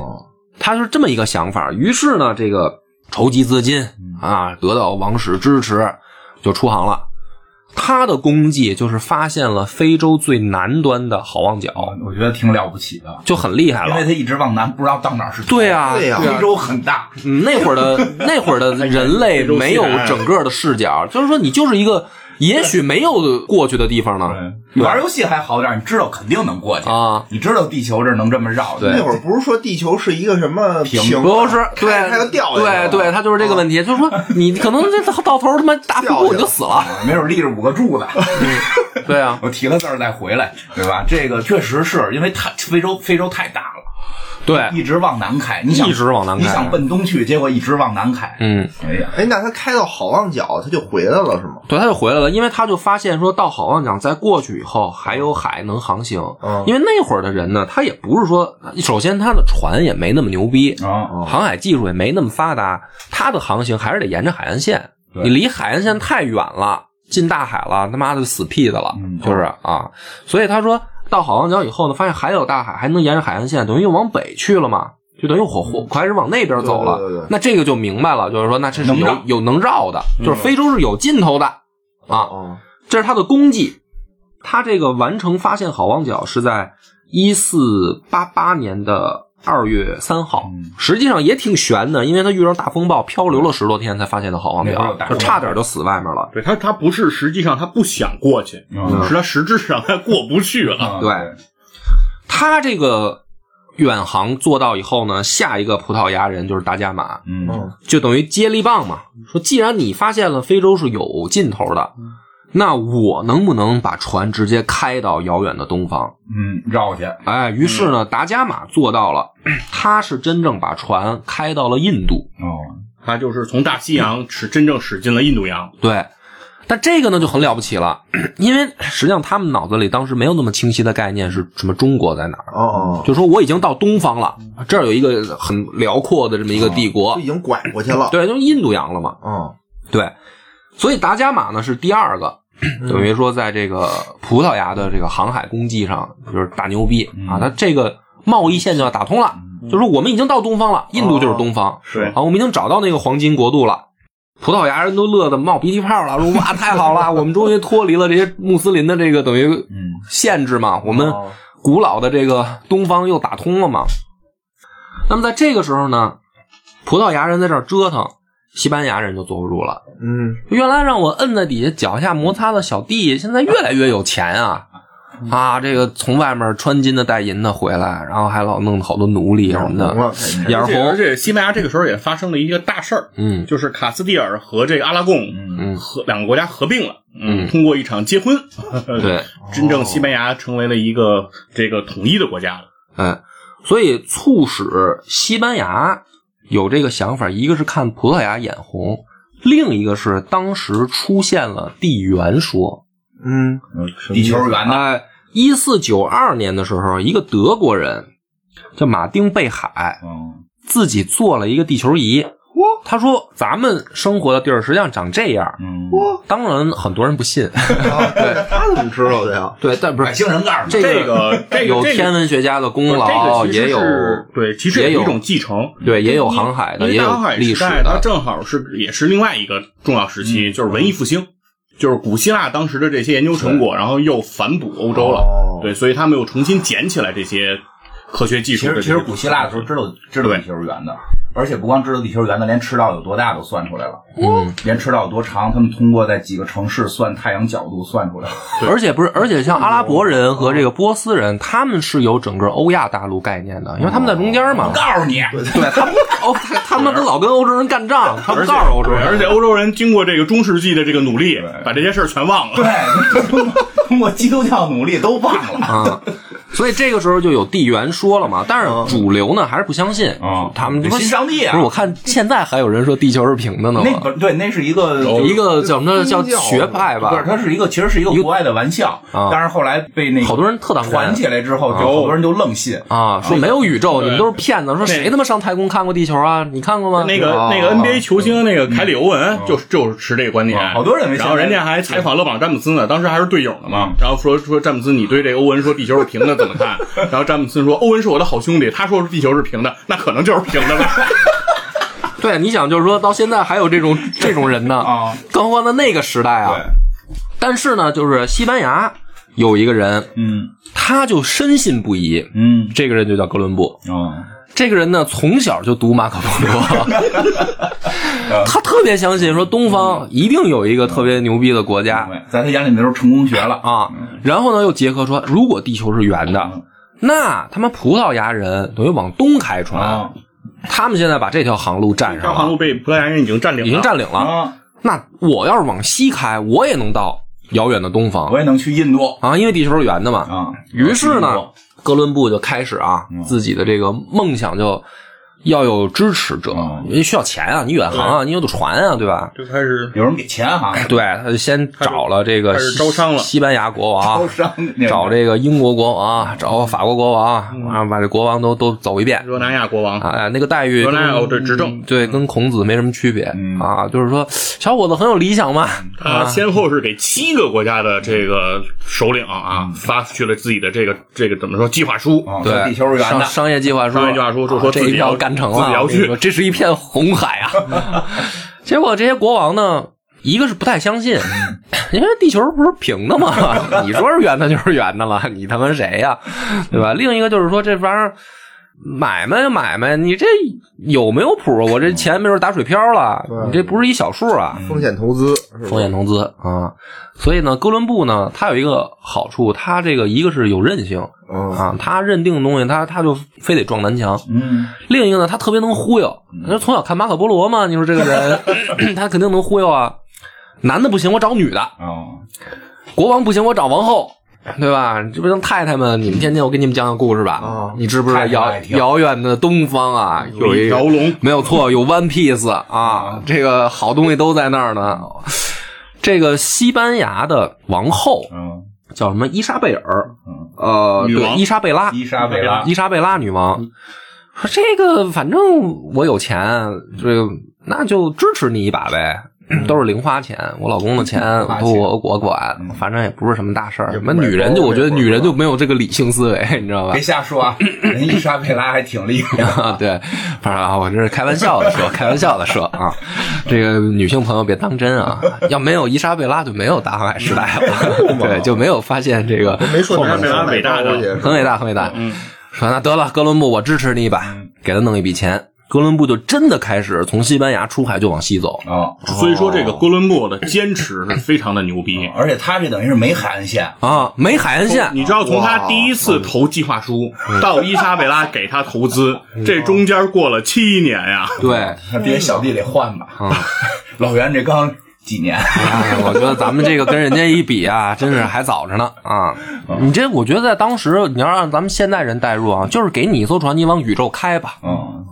Speaker 2: 他是这么一个想法。于是呢，这个筹集资金啊，得到王室支持，就出航了。他的功绩就是发现了非洲最南端的好望角，
Speaker 1: 哦，我觉得挺了不起的，
Speaker 2: 就很厉害
Speaker 1: 因为
Speaker 2: 了。
Speaker 1: 他一直往南，不知道到哪儿是头
Speaker 2: 对啊，
Speaker 4: 对呀
Speaker 1: 非洲很大，
Speaker 2: 嗯那会儿 [LAUGHS] 的那会儿的哎人啊类没有整个的视角，就是说你就是一个也许没有过去的地方呢
Speaker 1: 你玩游戏还好点儿，你知道肯定能过去，
Speaker 2: 啊。
Speaker 1: 你知道地球这能这么绕，
Speaker 2: 对
Speaker 4: 那会儿不是说地球是一个什么
Speaker 1: 平
Speaker 4: 平
Speaker 2: 不是，对，
Speaker 4: 开它就掉下啊来
Speaker 2: 对
Speaker 4: 了
Speaker 2: 对，他就是这个问题，就是说你可能这到头他妈打屁股你就死了，
Speaker 4: 啊
Speaker 1: 没准立着五个柱子， [LAUGHS]
Speaker 2: 对啊，
Speaker 1: 我提了字儿再回来，对吧？这个确实是因为太非洲非洲太大了，
Speaker 2: 对，
Speaker 1: 一直往南开，你想
Speaker 2: 一直往南
Speaker 1: 你
Speaker 2: 开
Speaker 1: 想，奔东去，结果一直往南开，
Speaker 2: 嗯，
Speaker 1: 哎呀，
Speaker 4: 哎，那他开到好望角，他就回来了是吗？
Speaker 2: 对，他就回来了，因为他就发现说到好望角再过去以后还有海能航行，
Speaker 4: 嗯
Speaker 2: 因为那会儿的人呢，他也不是说，首先他的船也没那么牛逼，
Speaker 4: 哦
Speaker 1: 啊，
Speaker 2: 航海技术也没那么发达，它的航行还是得沿着海岸线。
Speaker 1: 对
Speaker 2: 你离海岸线太远了，进大海了，他妈的死屁的了，
Speaker 1: 嗯
Speaker 2: 就是
Speaker 4: 哦
Speaker 2: 啊。所以他说到好望角以后呢，发现还有大海，还能沿着海岸线，等于又往北去了嘛，就等于火火开始往那边走了。
Speaker 4: 对对对对
Speaker 2: 那这个就明白了，就是说，那这是
Speaker 1: 能
Speaker 2: 有
Speaker 1: 绕
Speaker 2: 有能绕的，就是非洲是有尽头的啊。
Speaker 4: 嗯哦，
Speaker 2: 这是他的功绩。他这个完成发现好望角是在一四八八年的二月三号，
Speaker 1: 嗯
Speaker 2: 实际上也挺悬的，因为它遇上大风暴，漂流了十多天才发现的好望
Speaker 1: 那会儿有
Speaker 2: 表
Speaker 1: 大，
Speaker 2: 就
Speaker 1: 风暴
Speaker 2: 差点就死外面了。
Speaker 3: 对他，他不是实际上他不想过去，
Speaker 1: 嗯
Speaker 3: 是他实质上他过不去了。
Speaker 1: 啊
Speaker 2: 对他这个远航做到以后呢，下一个葡萄牙人就是达伽马，
Speaker 1: 嗯，
Speaker 2: 就等于接力棒嘛。说既然你发现了非洲是有尽头的，
Speaker 1: 嗯
Speaker 2: 那我能不能把船直接开到遥远的东方？
Speaker 1: 嗯，绕去，
Speaker 2: 哎，于是呢，达伽马做到了，他是真正把船开到了印度。
Speaker 1: 哦，
Speaker 3: 他就是从大西洋使真正驶进了印度洋。
Speaker 2: 对，但这个呢就很了不起了，因为实际上他们脑子里当时没有那么清晰的概念是什么中国在哪儿，
Speaker 4: 哦，
Speaker 2: 就说我已经到东方了，这儿有一个很辽阔的这么一个帝国
Speaker 4: 哦就已，经拐过去了。，
Speaker 2: 对，就是印度洋了嘛。
Speaker 4: 嗯，
Speaker 2: 对，所以达伽马呢是第二个，
Speaker 4: 嗯
Speaker 2: 等于说在这个葡萄牙的这个航海功绩上就是大牛逼
Speaker 4: 嗯
Speaker 2: 啊，他这个贸易线就要打通了，就是我们已经到东方了，印度就是东方，
Speaker 4: 哦是
Speaker 2: 啊，我们已经找到那个黄金国度了。葡萄牙人都乐得冒鼻涕泡了，说哇太好了，我们终于脱离了这些穆斯林的这个等于
Speaker 1: 嗯
Speaker 2: 限制嘛，我们
Speaker 4: 哦
Speaker 2: 古老的这个东方又打通了嘛。那么在这个时候呢，葡萄牙人在这儿折腾，西班牙人就坐不住了。
Speaker 4: 嗯，
Speaker 2: 原来让我摁在底下脚下摩擦的小弟，现在越来越有钱啊！啊，这个从外面穿金的带银的回来，然后还老弄好多奴隶什么
Speaker 4: 懂
Speaker 2: 的，
Speaker 4: 了，
Speaker 2: 眼
Speaker 3: 而且而
Speaker 2: 红，
Speaker 3: 且西班牙这个时候也发生了一个大事儿，
Speaker 2: 嗯
Speaker 3: 就是卡斯蒂尔和这个阿拉贡
Speaker 1: 嗯，
Speaker 2: 嗯，
Speaker 3: 合两个国家合并了，
Speaker 2: 嗯
Speaker 3: 通过一场结婚，
Speaker 2: 对，
Speaker 3: 真正西班牙成为了一个这个统一的国家了。
Speaker 2: 哎，所以促使西班牙有这个想法，一个是看葡萄牙眼红，另一个是当时出现了地缘说，
Speaker 4: 嗯，
Speaker 1: 呃地球是圆的，
Speaker 2: 哎，一四九二年的时候，一个德国人叫马丁贝海，
Speaker 1: 嗯
Speaker 2: 自己做了一个地球仪。他说：“咱们生活的地儿实际上长这样。
Speaker 1: 嗯，”
Speaker 2: 当然，很多人不
Speaker 3: [LAUGHS]
Speaker 2: 信。
Speaker 4: 啊对，他怎么知道的呀？
Speaker 2: 对，但不
Speaker 1: 外
Speaker 2: 是
Speaker 1: 哎星人告诉你，
Speaker 2: 这
Speaker 3: 这个这个
Speaker 2: 有
Speaker 3: 这个
Speaker 2: 天文学家的功
Speaker 3: 这
Speaker 2: 劳，
Speaker 3: 个其
Speaker 2: 也
Speaker 3: 实
Speaker 2: 有
Speaker 3: 是对，其实
Speaker 2: 也
Speaker 3: 有
Speaker 2: 有
Speaker 3: 一种继承。
Speaker 2: 对，也有
Speaker 3: 因
Speaker 2: 航海的，
Speaker 3: 因
Speaker 2: 也
Speaker 3: 为
Speaker 2: 有
Speaker 3: 航海
Speaker 2: 历
Speaker 3: 时
Speaker 2: 史
Speaker 3: 代，它
Speaker 2: 的。嗯
Speaker 3: 正好是也是另外一个重要时期，就是文艺复兴，就是古希腊当时的这些研究成果，然后又反哺欧洲
Speaker 4: 哦
Speaker 3: 了。对，所以他们又重新捡起来这些科学技
Speaker 1: 其
Speaker 3: 术
Speaker 1: 实
Speaker 3: 的这
Speaker 1: 其实
Speaker 3: 些东西。
Speaker 1: 古希腊的时候知道知道
Speaker 3: 对
Speaker 1: 地球是圆的，而且不光知道地球是圆的，连赤道有多大都算出来了，
Speaker 2: 嗯，
Speaker 1: 连赤道有多长，他们通过在几个城市算太阳角度算出来了。
Speaker 2: 而且不是，而且像阿拉伯
Speaker 3: 哦
Speaker 2: 人和这个波斯人，他们是有整个欧亚大陆概念的，因为他们在中间嘛。
Speaker 1: 告诉你，[LAUGHS]
Speaker 2: 对他们，欧他他们跟老跟欧洲人干仗，他
Speaker 3: 哦而
Speaker 2: 们
Speaker 3: 且
Speaker 2: 告诉欧洲
Speaker 3: 对而
Speaker 2: 人，
Speaker 3: 且欧洲人经过这个中世纪的这个努力，把这些事儿全忘了。
Speaker 1: 对，哎通过通过基督教努力都忘了。
Speaker 2: 啊，所以这个时候就有地缘说了嘛。但是主流呢还是不相信
Speaker 1: 嗯
Speaker 2: 他们就说
Speaker 1: 得信上帝啊
Speaker 2: 不是，我看现在还有人说地球是平的呢
Speaker 1: 那
Speaker 2: 嘛，
Speaker 1: 本对，那是一个
Speaker 2: 嗯一个叫什么叫
Speaker 4: 宗教
Speaker 2: 学派
Speaker 1: 不是，
Speaker 2: 吧，
Speaker 1: 它是一个其实是一个国外的玩笑，
Speaker 2: 啊
Speaker 1: 但是后来被那个
Speaker 2: 好多人特当真
Speaker 1: 传起来之后，就好多人就愣信。
Speaker 2: 啊，说没有宇宙，你们都是骗子，说
Speaker 3: 那
Speaker 2: 谁他妈上太空看过地球啊？你看过吗？
Speaker 3: 那个
Speaker 1: 啊
Speaker 4: 哦
Speaker 3: 那个 NBA 球星那个凯里欧文就是就是持这个观点，
Speaker 1: 嗯哦好多人认为
Speaker 3: 然后人
Speaker 1: 现在
Speaker 3: 家还采访勒布朗詹姆斯呢，当时还是队友呢嘛
Speaker 1: 嗯。
Speaker 3: 然后说说詹姆斯，你对这个欧文说地球是平的怎么
Speaker 1: [LAUGHS]
Speaker 3: 看？然后詹姆斯说欧文是我的好兄弟，他说是地球是平的，那可能就是平的了。
Speaker 1: 啊
Speaker 3: [LAUGHS]
Speaker 2: 对，你想就是说到现在还有
Speaker 1: [LAUGHS]
Speaker 2: 这种这种人呢，
Speaker 1: 啊，
Speaker 2: 更何况在那个时代啊。但是呢，就是西班牙有一个人，
Speaker 1: 嗯
Speaker 2: 他就深信不疑，
Speaker 1: 嗯
Speaker 2: 这个人就叫哥伦布。
Speaker 1: 哦，
Speaker 2: 这个人呢，从小就读马可波罗，
Speaker 3: [LAUGHS]
Speaker 2: 他特别相信说东方一定有一个特别牛逼的国
Speaker 3: 嗯
Speaker 2: 家
Speaker 1: 对，在他眼里那时候成功学了啊。
Speaker 2: 啊。然后呢，又结合说，如果地球是圆的
Speaker 1: 嗯，
Speaker 2: 那他妈葡萄牙人等于往东开船，
Speaker 1: 啊
Speaker 2: 他们现在把这条航路占
Speaker 3: 这
Speaker 2: 上
Speaker 3: 航
Speaker 2: 了
Speaker 3: 路，被葡萄牙人已经占领了，嗯
Speaker 2: 已经占领了。
Speaker 1: 啊！
Speaker 2: 那我要是往西开，我也能到遥远的东方
Speaker 1: 我也能去印度
Speaker 2: 啊，因为地球是圆的嘛。
Speaker 1: 啊。
Speaker 2: 于是
Speaker 1: 去印
Speaker 2: 呢
Speaker 3: 嗯
Speaker 1: 度，
Speaker 2: 哥伦布就开始啊，自己的这个梦想就要有支持者
Speaker 1: 嗯，
Speaker 2: 因为需要钱啊，你远航啊，你有的船啊，对吧？
Speaker 3: 就开始
Speaker 1: 有人给钱哈，
Speaker 2: 对，他就先找了这个
Speaker 3: 开始招商了
Speaker 2: 西西班牙国
Speaker 1: 招
Speaker 2: 王，啊
Speaker 1: 商那个
Speaker 2: 找这个英国国王，啊找法国国王，啊，把这国王都都走一遍。
Speaker 3: 嗯热那亚国王
Speaker 2: 啊，那个待遇
Speaker 3: 罗
Speaker 2: 跟，
Speaker 3: 纳尔对执政
Speaker 2: 对，跟孔子没什么区别、
Speaker 1: 嗯
Speaker 2: 啊，就是说，小伙子很有理想嘛，
Speaker 3: 他先后是给七个国家的这个首领啊发去了自己的这个这个怎么说计划书
Speaker 1: 嗯啊，
Speaker 2: 对，
Speaker 1: 地球是圆
Speaker 2: 商
Speaker 1: 的，
Speaker 2: 商业计划书，
Speaker 3: 商业计划书就说
Speaker 2: 啊这
Speaker 3: 自
Speaker 2: 一
Speaker 3: 己
Speaker 2: 票
Speaker 3: 要
Speaker 2: 干成
Speaker 3: 自己
Speaker 2: 了，
Speaker 3: 要
Speaker 2: 我跟你
Speaker 3: 去
Speaker 2: 说这是一片红海
Speaker 3: [LAUGHS]
Speaker 2: 啊。结果这些国王呢，一个是不太相信， [COUGHS] 因为地球不是平 [LAUGHS] 的吗？你说是圆的，就是圆的了，你他妈谁呀、对吧？另一个就是说这玩意儿。买卖就买卖，你这有没有谱啊？我这钱没准打水漂了，
Speaker 4: 对
Speaker 2: 你这不是一小数啊，
Speaker 4: 嗯风险投资，是
Speaker 3: 嗯
Speaker 4: 吧
Speaker 2: 风险投资啊。所以呢，哥伦布呢，它有一个好处，它这个一个是有韧性
Speaker 4: 嗯，
Speaker 2: 啊，它认定的东西，它它就非得撞南墙。
Speaker 1: 嗯，
Speaker 2: 另一个呢，他特别能忽悠，你说从小看马可波罗嘛，你说这个
Speaker 1: [LAUGHS]
Speaker 2: 人，他肯定能忽悠啊。男的不行，我找女的；
Speaker 1: 哦，
Speaker 2: 国王不行，我找王后，对吧？这不像太太们，你们天天我给你们讲讲故事吧。
Speaker 4: 啊
Speaker 2: 你知不知道
Speaker 1: 太太
Speaker 2: 遥
Speaker 1: 爱听哎
Speaker 2: 遥远的东方啊，有
Speaker 3: 一
Speaker 2: 一
Speaker 3: 条龙，
Speaker 2: 没有错，有 One Piece 啊，这个好东西都在那儿呢。
Speaker 1: 哦
Speaker 2: 这个西班牙的王后
Speaker 1: 嗯，
Speaker 2: 叫什么？伊莎贝尔
Speaker 1: 嗯，
Speaker 2: 呃，
Speaker 3: 女
Speaker 2: 对，
Speaker 3: 王
Speaker 2: 伊莎贝拉，
Speaker 1: 伊莎贝拉，嗯
Speaker 2: 伊莎贝拉女王说：“这个反正我有钱，这个那就支持你一把呗，都是零花钱，我老公的钱
Speaker 1: 嗯花钱
Speaker 2: 不我我管
Speaker 1: 嗯，
Speaker 2: 反正也不是什么大事儿。
Speaker 4: 也
Speaker 2: 什
Speaker 4: 不
Speaker 2: 么女
Speaker 4: 买
Speaker 2: 人就
Speaker 4: 包
Speaker 2: 我觉得
Speaker 4: 那会儿
Speaker 2: 女人
Speaker 1: 啊
Speaker 2: 就没有这个理性思维，你知道吧
Speaker 1: 别？瞎说啊，人伊莎贝拉还挺厉害的。
Speaker 2: 啊， [LAUGHS] 对，反正啊，我这是开玩笑的说，开玩笑的说啊，这个女性朋友别当真啊，要没有伊莎贝拉就没有大航海时代了， [LAUGHS] 对，就没有发现这个
Speaker 4: 没说
Speaker 2: 后面
Speaker 4: 南
Speaker 3: 南美
Speaker 4: 美
Speaker 3: 拉伟大
Speaker 2: [LAUGHS]
Speaker 3: 的
Speaker 2: 很伟大，很伟大。
Speaker 3: 嗯，
Speaker 2: 说那得了，哥伦布，我支持你一把，
Speaker 1: 嗯
Speaker 2: 给他弄一笔钱。哥伦布就真的开始从西班牙出海就往西走，
Speaker 1: 哦，
Speaker 3: 所以说这个哥伦布的坚持是非常的牛
Speaker 2: 嗯
Speaker 3: 逼。
Speaker 1: 而且他这等于是没海岸线，
Speaker 2: 啊，没海岸 [LAUGHS]
Speaker 1: [LAUGHS]
Speaker 2: 线，
Speaker 3: 你知道，从他
Speaker 4: 哇
Speaker 3: 第一次投计划书到伊莎贝拉给他投资，这中间过了七年呀。
Speaker 2: 对，
Speaker 1: 他 [LAUGHS] 别小弟得换吧。 [LAUGHS] 老袁这刚几年，
Speaker 2: 哎呀，我觉得咱们这个跟人家一比
Speaker 1: [LAUGHS]
Speaker 2: 啊，真是还早着呢啊！
Speaker 1: 嗯
Speaker 2: 你这我觉得在当时，你要让咱们现代人代入啊，就是给你一艘船，你往宇宙开吧，
Speaker 1: 嗯，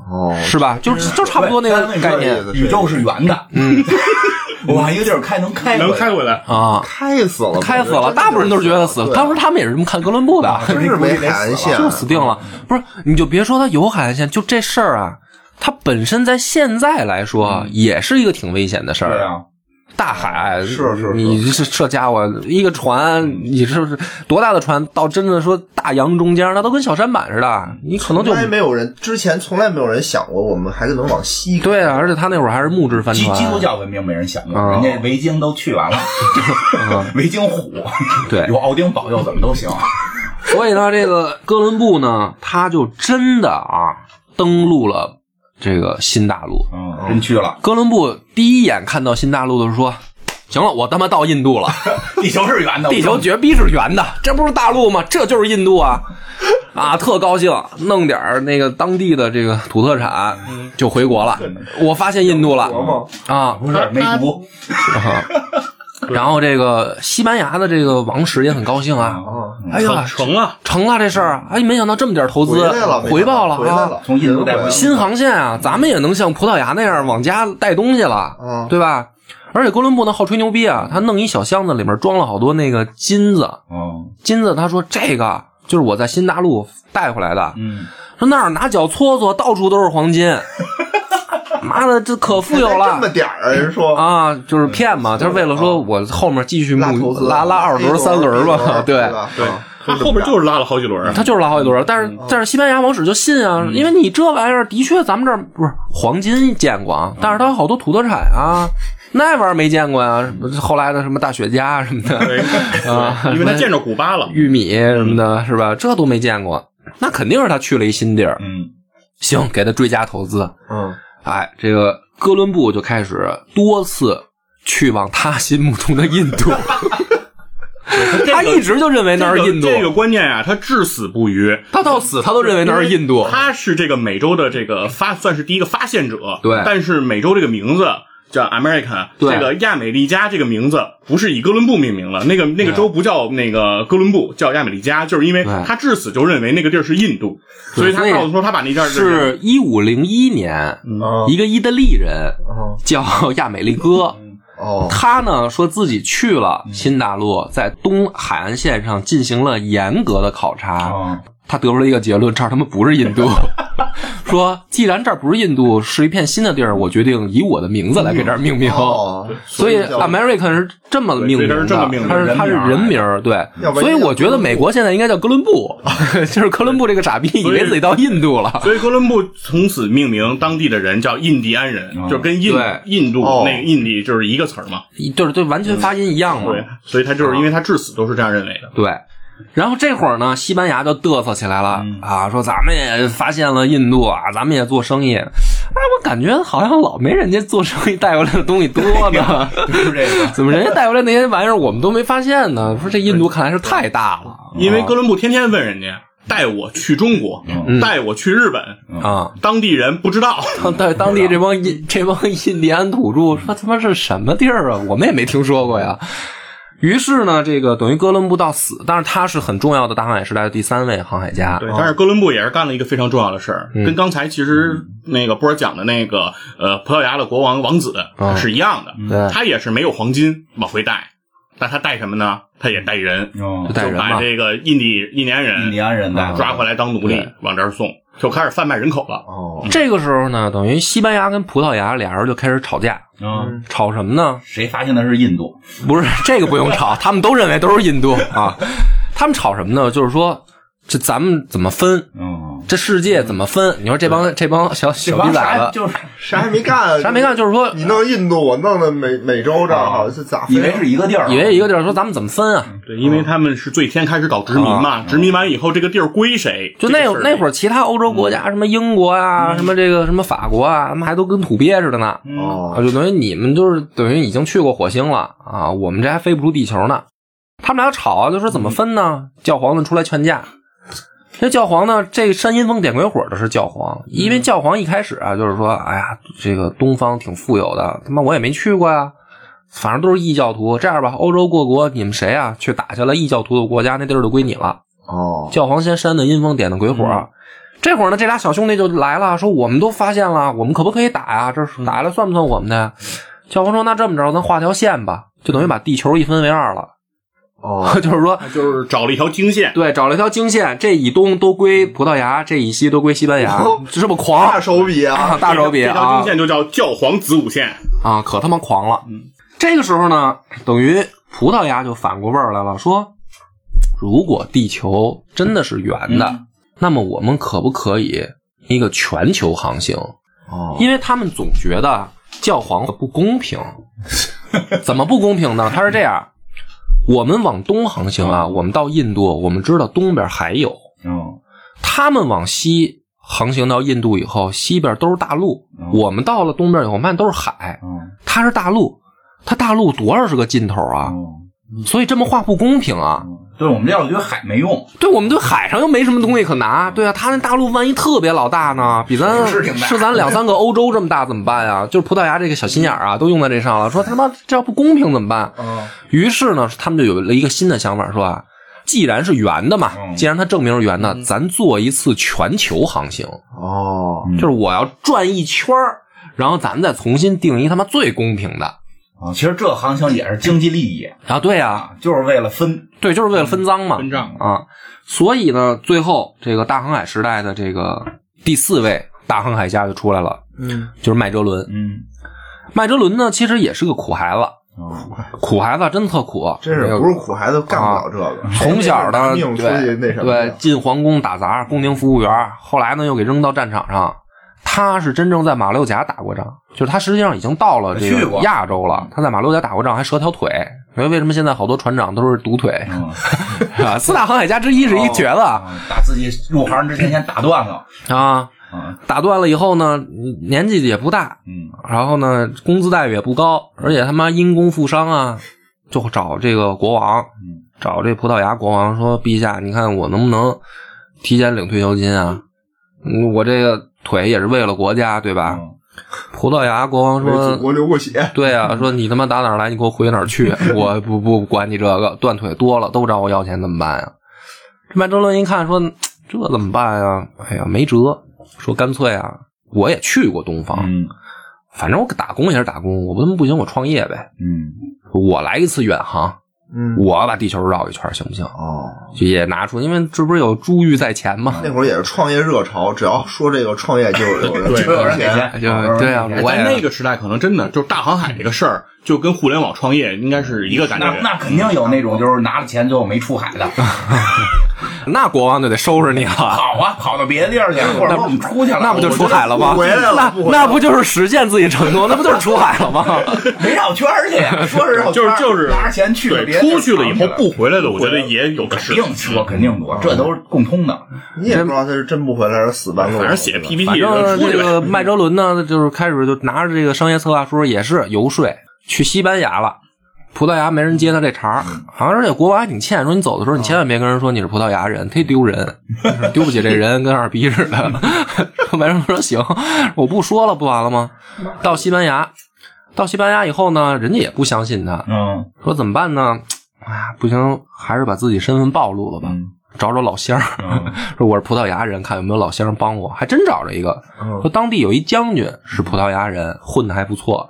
Speaker 4: 哦，
Speaker 2: 是吧？就是就差不多那个
Speaker 1: [LAUGHS] 对
Speaker 2: 概
Speaker 1: 刚才
Speaker 2: 念
Speaker 1: 你说宇宙是圆的， [LAUGHS] 嗯，我往一个地儿开能开
Speaker 3: 能
Speaker 1: 回来
Speaker 3: 开回来，
Speaker 2: 啊，
Speaker 4: 开死了，
Speaker 2: 开死了，大部分人都是觉得死了。当时他们也是这么看哥伦布
Speaker 1: 啊
Speaker 2: 的，
Speaker 4: 真是没海岸线，
Speaker 2: 就死定
Speaker 4: 啊
Speaker 2: 了。不是，你就别说他有海岸线，就这事儿啊，它本身在现在来说
Speaker 4: 嗯
Speaker 2: 啊也是一个挺危险的事
Speaker 1: 对
Speaker 2: 儿。
Speaker 1: 啊，
Speaker 2: 大海
Speaker 4: 是是是
Speaker 2: 你这这家伙一个船，你是不是多大的船？到真的说大洋中间，那都跟小舢板似的，你可能就
Speaker 4: 从来没有人之前从来没有人想过我们还能往西开，
Speaker 2: 对啊。而且他那会儿还是木质帆
Speaker 1: 基
Speaker 2: 船，
Speaker 1: 基督教文明没人想过，
Speaker 2: 嗯
Speaker 1: 人家维京都去完了， [LAUGHS] 维京虎，
Speaker 2: 对
Speaker 1: [LAUGHS] 有奥丁保佑怎么都行。啊
Speaker 2: 所以呢，这个哥伦布呢，他就真的啊登陆了这个新大陆。
Speaker 1: 嗯，真去了，
Speaker 2: 哥伦布第一眼看到新大陆的时候说：“行了，我他妈到印度了。”
Speaker 1: 地球是圆的，
Speaker 2: 地球
Speaker 1: 我
Speaker 2: 绝逼是圆的，这不是大陆吗？这就是印度啊！啊，特高兴，弄点儿那个当地的这个土特产，就回国了。我发现印度了啊！
Speaker 1: 不是没读，
Speaker 2: 然后这个西班牙的这个王室也很高兴啊，
Speaker 4: 啊，
Speaker 2: 哎呀，
Speaker 3: 成了，
Speaker 2: 成了这事儿！哎，没想到这么点儿投
Speaker 4: 回
Speaker 2: 资
Speaker 4: 来了，
Speaker 2: 回报了，
Speaker 4: 回来了
Speaker 2: 啊！，
Speaker 1: 从印度带回来
Speaker 2: 新航线啊，咱们也能像葡萄牙那样往家带东西了，
Speaker 4: 嗯
Speaker 2: 对吧？而且哥伦布呢，好吹牛逼啊，他弄一小箱子，里面装了好多那个金子，
Speaker 1: 嗯
Speaker 2: 金子他说这个就是我在新大陆带回来的，
Speaker 1: 嗯，
Speaker 2: 说那儿拿脚搓搓，到处都是黄金， [LAUGHS] 妈的这可富有
Speaker 4: 这么
Speaker 2: 了。
Speaker 4: 点儿人说，
Speaker 2: 啊，就是骗嘛，他是为了说我后面继续
Speaker 4: 拉
Speaker 2: 募
Speaker 4: 投资哎
Speaker 2: 拉拉二轮三轮嘛，
Speaker 4: 对
Speaker 2: 对，
Speaker 4: 吧嗯
Speaker 3: 对
Speaker 4: 啊，
Speaker 3: 他后边就是拉了好几轮
Speaker 2: 他就是拉好几轮，但是但是西班牙王室就信
Speaker 4: 嗯
Speaker 2: 啊，因为你这玩意儿的确咱们这儿不是黄金见过
Speaker 4: 嗯
Speaker 2: 啊，但是它有好多土特产啊，那玩意儿没见过啊，什么后来的什么大雪茄啊什么的， [LAUGHS] 啊
Speaker 3: 啊，因为他见着古巴了，
Speaker 2: 玉米什么的，是吧？这都没见过，那肯定是他去了一新地儿。
Speaker 1: 嗯，
Speaker 2: 行，给他追加投资。
Speaker 4: 嗯，
Speaker 2: 哎，这个哥伦布就开始多次去往他心目中的印
Speaker 3: [LAUGHS]
Speaker 2: 度，他一直就认为那
Speaker 3: 这
Speaker 2: 是
Speaker 3: 个
Speaker 2: 印度，
Speaker 3: 这个观念啊，他至死不渝。
Speaker 2: 他到死他都认为那是印度。
Speaker 3: 他是这个美洲的这个发，算是第一个发现者。
Speaker 2: 对
Speaker 3: 但是美洲这个名字叫 America，
Speaker 2: 对
Speaker 3: 这个亚美利加这个名字不是以哥伦布命名了，那个那个州不叫那个哥伦布，叫亚美利加，就是因为
Speaker 2: 对
Speaker 3: 他至死就认为那个地儿是印度，
Speaker 2: 对
Speaker 3: 所以他
Speaker 2: 所以
Speaker 3: 告诉说他把那地儿
Speaker 2: 是一五零一年，
Speaker 3: 嗯
Speaker 4: 啊
Speaker 2: 嗯一个意大利人
Speaker 4: 啊
Speaker 2: 叫亚美利哥，
Speaker 3: 嗯
Speaker 4: 哦，
Speaker 2: 他呢说自己去了新大陆，在东海岸线上进行了严格的考察。
Speaker 1: 哦，
Speaker 2: 他得出了一个结论：这儿他妈不是印度。 [LAUGHS] 说，既然这儿不是印度，是一片新的地儿，我决定以我的名字来给这儿命名。
Speaker 4: 哦，
Speaker 2: 所以啊
Speaker 4: 叫
Speaker 2: American 是这么命名
Speaker 3: 对所以它
Speaker 2: 的，
Speaker 3: 是这么命名
Speaker 2: 它是它是人名儿，对
Speaker 4: 要。不然
Speaker 2: 所以我觉得美国现在应该叫哥伦布，就是哥伦布这个傻逼以为自己到印度
Speaker 3: [LAUGHS]
Speaker 2: 了。
Speaker 3: 所以哥伦布从此命名当地的人叫印第安人，
Speaker 1: 哦
Speaker 3: 就跟印
Speaker 2: 啊对
Speaker 3: 印度
Speaker 4: 哦
Speaker 3: 那个印地就是一个词儿嘛。
Speaker 2: 就是对，完全发音一样嘛。
Speaker 3: 对，所以他就是因为他至死都是这样认为的。
Speaker 2: 对，然后这会儿呢，西班牙就嘚瑟起来了、
Speaker 1: 嗯
Speaker 2: 啊，说咱们也发现了印度啊，咱们也做生意。哎，我感觉好像老没人家做生意带回来的东西多呢，
Speaker 1: 哎
Speaker 2: [LAUGHS]
Speaker 1: 就是这个。
Speaker 2: 怎么人家带回来那些玩意儿我们都没发现呢？说这印度看来是太大了
Speaker 3: 因为哥伦布天天问人家带我去中国，
Speaker 2: 嗯
Speaker 3: 带我去日本，
Speaker 1: 嗯
Speaker 2: 啊！
Speaker 3: 当地人不知道。
Speaker 2: 当当当地这帮印这帮印第安土著说他妈是什么地儿啊？我们也没听说过呀。于是呢，这个等于哥伦布到死，但是他是很重要的大航海时代的第三位航海家。
Speaker 3: 对，
Speaker 2: 啊
Speaker 3: 但是哥伦布也是干了一个非常重要的事
Speaker 2: 嗯
Speaker 3: 儿，跟刚才其实那个波尔讲的那个呃葡萄牙的国王王子
Speaker 2: 嗯
Speaker 3: 是一样的，
Speaker 2: 对
Speaker 3: 他也是没有黄金往回带，但他带什么呢？他也带人，
Speaker 1: 嗯
Speaker 2: 就带人
Speaker 3: 把
Speaker 2: 嘛，
Speaker 3: 这个印第印第安
Speaker 1: 印
Speaker 3: 人
Speaker 1: 第安人的
Speaker 3: 抓回来当奴隶
Speaker 2: 对
Speaker 3: 往这儿送，就开始贩卖人口了。
Speaker 4: 哦，
Speaker 2: 这个时候呢，等于西班牙跟葡萄牙俩人就开始吵架，
Speaker 1: 嗯，
Speaker 2: 吵什么呢？
Speaker 1: 谁发现的是印度？
Speaker 2: 不是 [LAUGHS] 这个不用吵，他们都认为都是印度啊。 [LAUGHS] 他们吵什么呢？就是说这咱们怎么分，
Speaker 1: 嗯，
Speaker 2: 这世界怎么分？你说这帮这帮小小逼
Speaker 1: 帮
Speaker 2: 崽
Speaker 1: 啥
Speaker 2: 子
Speaker 1: 就是
Speaker 4: 啥也没干，
Speaker 2: 啥没干，就是说
Speaker 4: 你弄印度，我弄的美美洲这儿，好像是咋分
Speaker 1: 以为是一个地儿，啊
Speaker 2: 以为一个地儿说咱们怎么分啊？
Speaker 3: 对，因为他们是最先开始搞殖民嘛，殖民完以后这个地儿归谁？
Speaker 2: 哦就那
Speaker 3: 这个事儿
Speaker 2: 那会儿，其他欧洲国家，什么英国啊，什么这个什么法国啊，他们还都跟土鳖似的呢。啊，
Speaker 4: 哦，
Speaker 2: 就等于你们就是等于已经去过火星了啊，我们这还飞不出地球呢。他们俩吵啊，就说怎么分呢？教皇呢出来劝架。这教皇呢，这煽阴风点鬼火的是教皇，因为教皇一开始啊，就是说，哎呀，这个东方挺富有的，他妈我也没去过呀，反正都是异教徒。这样吧，欧洲各国你们谁啊去打下了异教徒的国家，那地儿就归你了。
Speaker 4: 哦，
Speaker 2: 教皇先煽的阴风，点的鬼火。
Speaker 3: 嗯
Speaker 2: 这会儿呢，这俩小兄弟就来了，说我们都发现了，我们可不可以打呀、这
Speaker 3: 嗯
Speaker 2: 是打下来算不算我们的呀？教皇说：“那这么着，咱画条线吧，就
Speaker 3: 嗯
Speaker 2: 等于把地球一分为二了。 [LAUGHS]
Speaker 4: 哦，
Speaker 2: 呃就是说，
Speaker 3: 就是找了一条经线，
Speaker 2: 对，找了一条经线，这以东都归葡萄牙，这以西都归西班牙，这是不狂
Speaker 4: 大手笔啊，
Speaker 2: 大手笔
Speaker 3: 哦这条
Speaker 2: 啊
Speaker 3: 经线就叫教皇子午线。
Speaker 2: 啊，可他妈狂了！这个时候呢，等于葡萄牙就反过味儿来了，说：如果地球真的是圆的，那么我们可不可以一个全球航行？
Speaker 4: 哦，
Speaker 2: 嗯因为他们总觉得教皇不公平，怎么不公平呢？他是这样：我们往东航行啊，我们到印度，我们知道东边还有；
Speaker 1: 嗯
Speaker 2: 他们往西航行到印度以后，西边都是大陆；我们到了东边以后，慢都是海。
Speaker 1: 嗯
Speaker 2: 它是大陆，它大陆多少是个尽头啊？
Speaker 1: 嗯，
Speaker 2: 所以这么画不公平啊！
Speaker 1: 对我们这老觉得海没用，
Speaker 2: 对我们对海上又没什么东西可拿，对啊，它那大陆万一特别老大呢，比咱
Speaker 1: 是挺大
Speaker 2: 咱两三个欧洲这么大怎么办呀？就是葡萄牙这个小心眼儿啊，都用在这上了，说他妈这要不公平怎么办？
Speaker 4: 嗯
Speaker 2: 于是呢，他们就有了一个新的想法，说啊，既然是圆的嘛，
Speaker 1: 嗯嗯
Speaker 2: 既然它证明是圆的，咱做一次全球航行，
Speaker 4: 哦，
Speaker 2: 就是我要转一圈儿，然后咱们再重新定一他妈最公平的。
Speaker 1: 啊，其实这航行也是经济利益
Speaker 2: 啊，对呀、
Speaker 1: 啊，就是为了分，
Speaker 2: 对，就是为了分赃嘛，
Speaker 3: 分账
Speaker 2: 啊。所以呢，最后这个大航海时代的这个第四位大航海家就出来了，
Speaker 4: 嗯，
Speaker 2: 就是麦哲伦。
Speaker 1: 嗯，
Speaker 2: 麦哲伦呢，其实也是个苦孩子，苦孩子真特苦，
Speaker 4: 真哦是不是苦孩子干不了这个，
Speaker 2: 啊从小呢，
Speaker 4: 谁没事拿命出去
Speaker 2: 对
Speaker 4: 那什么
Speaker 2: 对
Speaker 4: 的，，
Speaker 2: 进皇宫打杂，宫廷服务员，后来呢又给扔到战场上。他是真正在马六甲打过仗，就是他实际上已经到了这
Speaker 1: 去
Speaker 2: 个
Speaker 1: 过
Speaker 2: 亚洲
Speaker 4: 嗯
Speaker 2: 了。他在马六甲打过仗，还折条腿。所以为什么现在好多船长都是独腿？
Speaker 1: 嗯，
Speaker 2: 啊，四大航海家之一是
Speaker 4: 哦
Speaker 2: 一瘸子啊
Speaker 1: 啊打自己入行之前先打断了，
Speaker 2: 啊！
Speaker 1: 啊，
Speaker 2: 打断了以后呢，嗯年纪也不大，
Speaker 1: 嗯
Speaker 2: 然后呢，工资待遇也不高，而且他妈因公负伤啊，就找这个国王，
Speaker 4: 嗯
Speaker 2: 找这葡萄牙国王说：“陛下，你看我能不能提前领退休金啊？嗯我这个腿也是为了国家，对吧？”
Speaker 1: 嗯
Speaker 2: 葡萄牙国王
Speaker 4: 为祖
Speaker 2: 说：“
Speaker 4: 国流过血，
Speaker 2: 对啊，说你他妈打哪儿来，你给我回哪儿
Speaker 4: [LAUGHS]
Speaker 2: 去，我不不管你这个，断腿多了都找我要钱怎么办呀？这麦哲伦一看说这怎么办呀？哎呀，没辙，说干脆啊，我也去过东方，
Speaker 1: 嗯
Speaker 2: 反正我打工也是打工，我不他妈不行我创业呗，
Speaker 1: 嗯，
Speaker 2: 我来一次远航，
Speaker 4: 嗯，
Speaker 2: 我把地球绕一圈行不行？
Speaker 4: 哦，
Speaker 2: 就也拿出，因为这不是有珠玉在前吗？
Speaker 4: 那会儿也是创业热潮，只要说这个创业，就有人
Speaker 3: 对
Speaker 1: 嗯
Speaker 4: 就
Speaker 1: 就有人给
Speaker 4: 钱。
Speaker 1: 钱，
Speaker 2: 就对啊，
Speaker 3: 哎
Speaker 2: 我
Speaker 3: 在
Speaker 2: 也
Speaker 3: 那个时代，可能真的就是大航海这个事儿，就跟互联网创业应该是一个感觉。
Speaker 1: 那那肯定有那种就是拿了钱最后没出海的，
Speaker 2: 那国王就得收拾你了。
Speaker 1: 跑啊，跑到别的地儿去，或者说我们出去了，
Speaker 2: 那不就出海了吗？
Speaker 4: 我觉得不回来了不
Speaker 2: 那
Speaker 4: 回来
Speaker 2: 那不就是实现自己承诺？那不就是出海了吗？
Speaker 1: 没绕圈儿去呀，说是绕
Speaker 3: [LAUGHS]
Speaker 1: 圈
Speaker 3: 就是
Speaker 1: 儿
Speaker 3: 就是
Speaker 1: 拿着钱去了
Speaker 3: 对，
Speaker 1: 别的地儿
Speaker 3: 出去了以
Speaker 1: 藏
Speaker 3: 后
Speaker 1: 起来
Speaker 3: 不回来的，我觉得也有的是
Speaker 1: 肯。定说肯定多，这都是共通的。
Speaker 4: 你也不知道他是真不回来还是死半路。
Speaker 3: 反正写 PPT
Speaker 2: 反
Speaker 3: 就
Speaker 2: 正
Speaker 3: 出去
Speaker 2: 这
Speaker 3: 呗。
Speaker 2: 个麦哲伦呢，就是开始就拿着这个商业策划书，也是游说去西班牙了。葡萄牙没人接他这茬儿，
Speaker 3: 嗯
Speaker 2: 好像是这国王还挺欠，说你走的时候你千万别跟人说你是葡萄牙人，忒丢
Speaker 3: [LAUGHS]
Speaker 2: 人，丢不起这人，跟二逼似的。麦哲伦说行，我不说了，不完了吗？到西班牙，到西班牙以后呢，人家也不相信他，
Speaker 1: 嗯
Speaker 2: 说怎么办呢？哎呀，不行，还是把自己身份暴露了吧，
Speaker 1: 嗯
Speaker 2: 找找老乡儿。
Speaker 1: 嗯
Speaker 2: [LAUGHS] 说我是葡萄牙人，看有没有老乡帮我，还真找着一个。
Speaker 4: 嗯
Speaker 2: 说当地有一将军是葡萄牙人，混的还不错，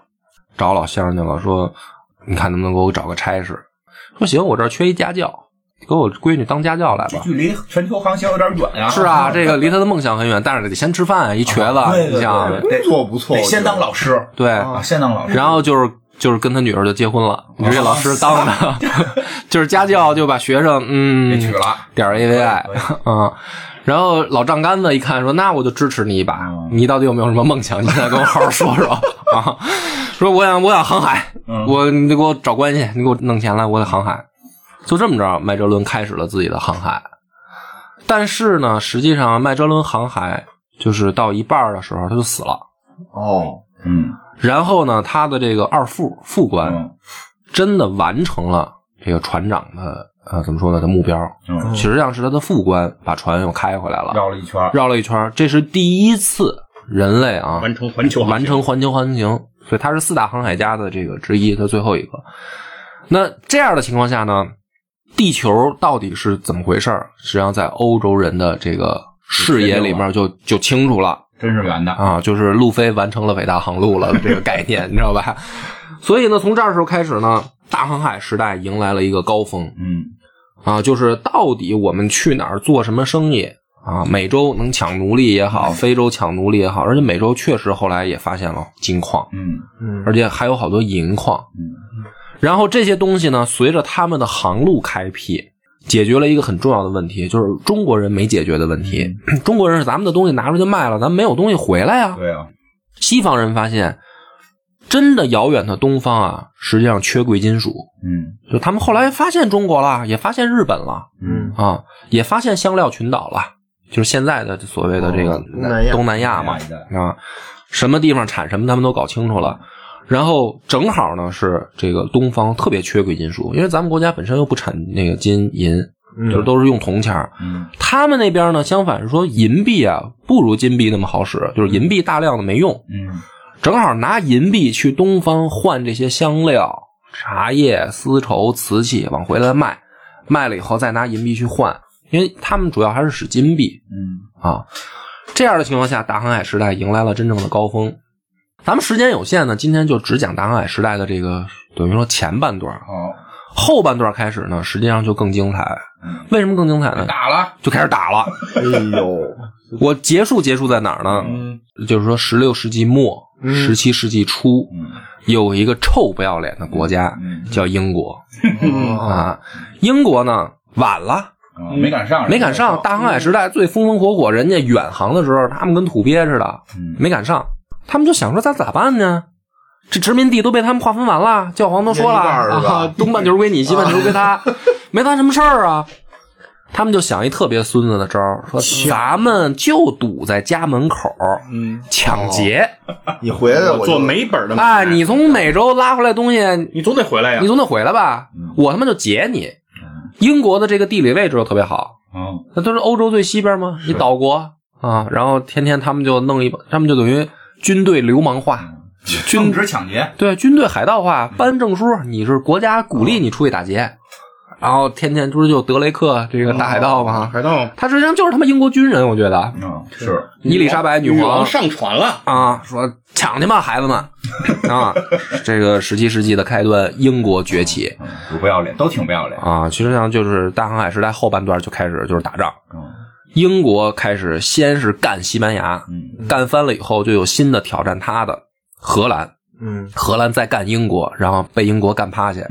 Speaker 2: 找老乡去了。说你看能不能给我找个差事？说行，我这儿缺一家教，给我闺女当家教来
Speaker 1: 这
Speaker 2: 吧。
Speaker 1: 距离全球航行有点远呀。
Speaker 2: [LAUGHS]
Speaker 1: 嗯
Speaker 2: 是啊， [LAUGHS] 这个离他的梦想很远，但是得先吃饭，一瘸子，
Speaker 1: 对
Speaker 2: 你
Speaker 1: 对
Speaker 2: 想嗯
Speaker 1: 对，
Speaker 4: 工作不错，
Speaker 1: 得先当老师
Speaker 2: 对，
Speaker 1: 啊，先当老师。
Speaker 2: 然后就是就是跟他女儿就结婚了，你说这老师当的， [LAUGHS] 就是家教就把学生
Speaker 1: 给
Speaker 2: 嗯
Speaker 1: 娶了，
Speaker 2: 点儿 AVI 啊、
Speaker 1: 对对
Speaker 2: 然后老丈杆子一看说：“那我就支持你一把
Speaker 1: 嗯，
Speaker 2: 你到底有没有什么梦想？你现在跟我好好说说啊！说我想我想航海，
Speaker 1: 嗯
Speaker 2: 我你得给我找关系，你给我弄钱来，我得航海。”就这么着，麦哲伦开始了自己的航海。但是呢，实际上麦哲伦航海就是到一半儿的时候他就死了。
Speaker 4: 哦，
Speaker 1: 嗯
Speaker 2: 然后呢，他的这个二副副官、
Speaker 1: 嗯
Speaker 2: 真的完成了这个船长的呃怎么说呢的目标，
Speaker 1: 嗯，
Speaker 2: 实际上是他的副官把船又开回来了，
Speaker 1: 绕了一圈儿，
Speaker 2: 绕了一圈儿，这是第一次人类啊
Speaker 3: 完成环球航行
Speaker 2: 完成环球航行，所以他是四大航海家的这个之一，他最后一个。那这样的情况下呢，地球到底是怎么回事儿？实际上在欧洲人的这个视野里面就就清楚了。
Speaker 1: 真是圆的。
Speaker 2: 啊，就是路飞完成了伟大航路了这个概念，你知道吧？所以呢，从这时候开始呢，大航海时代迎来了一个高峰
Speaker 1: 嗯
Speaker 2: 啊，就是到底我们去哪儿做什么生意啊？美洲能抢奴隶也好，非洲抢奴隶也好，而且美洲确实后来也发现了金矿，
Speaker 1: 嗯
Speaker 4: 嗯
Speaker 2: 而且还有好多银矿。
Speaker 1: 嗯
Speaker 2: 然后这些东西呢，随着他们的航路开辟，解决了一个很重要的问题，就是中国人没解决的问题。中国人是咱们的东西拿出去卖了，咱没有东西回来啊。
Speaker 1: 对啊，
Speaker 2: 西方人发现，真的遥远的东方啊，实际上缺贵金属。
Speaker 1: 嗯
Speaker 2: 就他们后来发现中国了，也发现日本了
Speaker 1: 嗯
Speaker 2: 啊，也发现香料群岛了，就是现在的所谓的这个
Speaker 4: 哦东南亚
Speaker 2: 东南亚嘛
Speaker 1: 东南亚一
Speaker 2: 啊，什么地方产什么，他们都搞清楚了。然后正好呢是这个东方特别缺贵金属，因为咱们国家本身又不产那个金银，
Speaker 4: 嗯
Speaker 2: 嗯就是都是用铜钱儿。
Speaker 1: 嗯
Speaker 2: 他们那边呢相反是说银币啊不如金币那么好使，就是银币大量的没用，
Speaker 1: 嗯
Speaker 2: 正好拿银币去东方换这些香料、茶叶、丝绸、瓷器，往回来卖，卖了以后再拿银币去换，因为他们主要还是使金币
Speaker 1: 嗯
Speaker 2: 啊。这样的情况下，大航海时代迎来了真正的高峰。咱们时间有限呢，今天就只讲大航海时代的这个等于说前半段，
Speaker 1: 好，
Speaker 2: 后半段开始呢，实际上就更精彩
Speaker 1: 嗯。
Speaker 2: 为什么更精彩呢？
Speaker 1: 打了，
Speaker 2: 就开始打了。
Speaker 4: 哎呦，
Speaker 2: 我结束结束在哪儿呢？
Speaker 3: 嗯，
Speaker 2: 就是说，十六世纪末、
Speaker 4: 嗯
Speaker 2: 十七世纪初，
Speaker 1: 嗯
Speaker 2: 有一个臭不要脸的国家
Speaker 1: 嗯
Speaker 2: 叫英国
Speaker 4: 啊，
Speaker 2: 啊，英国呢晚了，
Speaker 1: 嗯，没赶上，
Speaker 2: 没赶
Speaker 4: 哦
Speaker 2: 上大航海时代最风风火火，人家远航的时候，他们跟土鳖似的，
Speaker 1: 嗯
Speaker 2: 没赶上，他们就想说咱咋办呢？这殖民地都被他们划分完了，教皇都说了，
Speaker 4: 一人一半儿是吧
Speaker 2: 啊、东半球归你，西半球归
Speaker 4: [LAUGHS]
Speaker 2: 他，没咱什么事儿啊。他们就想一特别孙子的招儿，说咱们就堵在家门口儿
Speaker 3: 嗯，
Speaker 2: 抢劫，
Speaker 4: 啊你回来
Speaker 3: 我
Speaker 4: 我
Speaker 3: 做
Speaker 4: 就
Speaker 3: 没本的买卖
Speaker 2: 哎，你从美洲拉回来东西，
Speaker 3: 你总得回来呀嗯
Speaker 2: 你。总得回来吧？我他妈就劫你！英国的这个地理位置又特别好，
Speaker 1: 嗯
Speaker 2: 那都是欧洲最西边吗？你岛国啊，然后天天他们就弄一帮，他们就等于军队流氓
Speaker 3: 嗯
Speaker 2: 化，
Speaker 1: 正直抢劫，
Speaker 2: 对，军队海盗化，颁证书，你是国家鼓
Speaker 3: 嗯
Speaker 2: 励你出去打劫，然后天天不是就德雷克这个
Speaker 3: 嗯
Speaker 2: 大海盗吗？
Speaker 3: 海盗
Speaker 2: 他实际上就是他妈英国军人，我觉得
Speaker 1: 嗯是，
Speaker 2: 伊丽莎白
Speaker 3: 女
Speaker 2: 皇
Speaker 3: 王上船了，
Speaker 2: 啊，说抢去吧，孩子们啊！这个十七世纪的开端，英国崛起。
Speaker 1: 嗯不不要脸，都挺不要脸，
Speaker 2: 啊，其实上就是大航海时代后半段就开始就是打仗，
Speaker 1: 嗯
Speaker 2: 英国开始先是干西班牙，
Speaker 1: 嗯
Speaker 2: 干翻了以后就有新的挑战他的荷兰，
Speaker 4: 嗯
Speaker 2: 荷兰再干英国，然后被英国干趴下。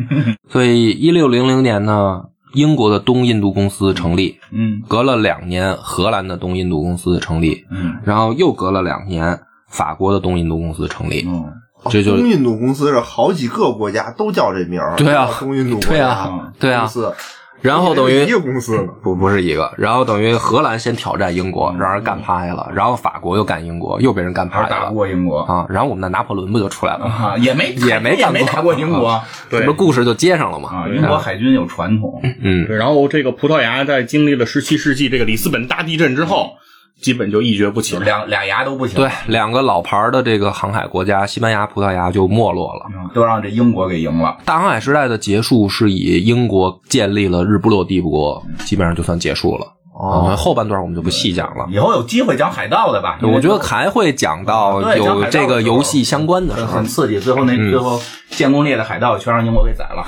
Speaker 2: 所以一六零零年呢，英国的东印度公司成立，
Speaker 1: 嗯
Speaker 2: 隔了两年，荷兰的东印度公司成立，
Speaker 1: 嗯
Speaker 2: 然后又隔了两年，法国的东印度公司成立。
Speaker 1: 嗯
Speaker 2: 这就
Speaker 4: 东印度公司是好几个国家都叫这名儿，
Speaker 2: 对啊
Speaker 4: 叫东印度国
Speaker 2: 对
Speaker 4: 家
Speaker 2: 啊，
Speaker 1: 嗯
Speaker 2: 对啊
Speaker 4: 公，司，
Speaker 2: 然后等
Speaker 4: 一
Speaker 2: 于
Speaker 4: 个公司呢，
Speaker 2: 不不是一个，然后等于荷兰先挑战英
Speaker 1: 嗯
Speaker 2: 国，让人干趴下了，然后法国又干英国，又被人干
Speaker 1: 还
Speaker 2: 趴
Speaker 1: 是
Speaker 2: 下
Speaker 1: 打不
Speaker 2: 了
Speaker 1: 过英国
Speaker 2: 啊，然后我们的拿破仑不就出来了吗？
Speaker 1: 啊，也没
Speaker 2: 也没
Speaker 1: 也
Speaker 2: 干过啊
Speaker 1: 没打过英国
Speaker 2: 这
Speaker 3: 对
Speaker 2: 不故事就接上了吗？
Speaker 1: 啊，英国海军有传统，
Speaker 2: 嗯，
Speaker 3: 对，然后这个葡萄牙在经历了十七世纪这个里斯本大地震之后，基本就一蹶
Speaker 1: 就
Speaker 3: 不起了。
Speaker 1: 两俩牙都不行，
Speaker 2: 对，两个老牌的这个航海国家，西班牙、葡萄牙就没落了。
Speaker 1: 嗯，都让这英国给赢了。
Speaker 2: 大航海时代的结束是以英国建立了日不落帝国，基本上就算结束了。
Speaker 4: 哦
Speaker 2: 啊后半段我们就不细讲了。
Speaker 1: 以后有机会讲海盗的吧？
Speaker 2: 对我觉得还会讲到
Speaker 1: 嗯对讲海盗
Speaker 2: 有
Speaker 1: 的
Speaker 2: 这个
Speaker 1: 时候
Speaker 2: 游戏相关的事
Speaker 1: 很
Speaker 2: 儿
Speaker 1: 很，刺激。最后那
Speaker 2: 嗯
Speaker 1: 最后建功列的海盗全让英国给宰了，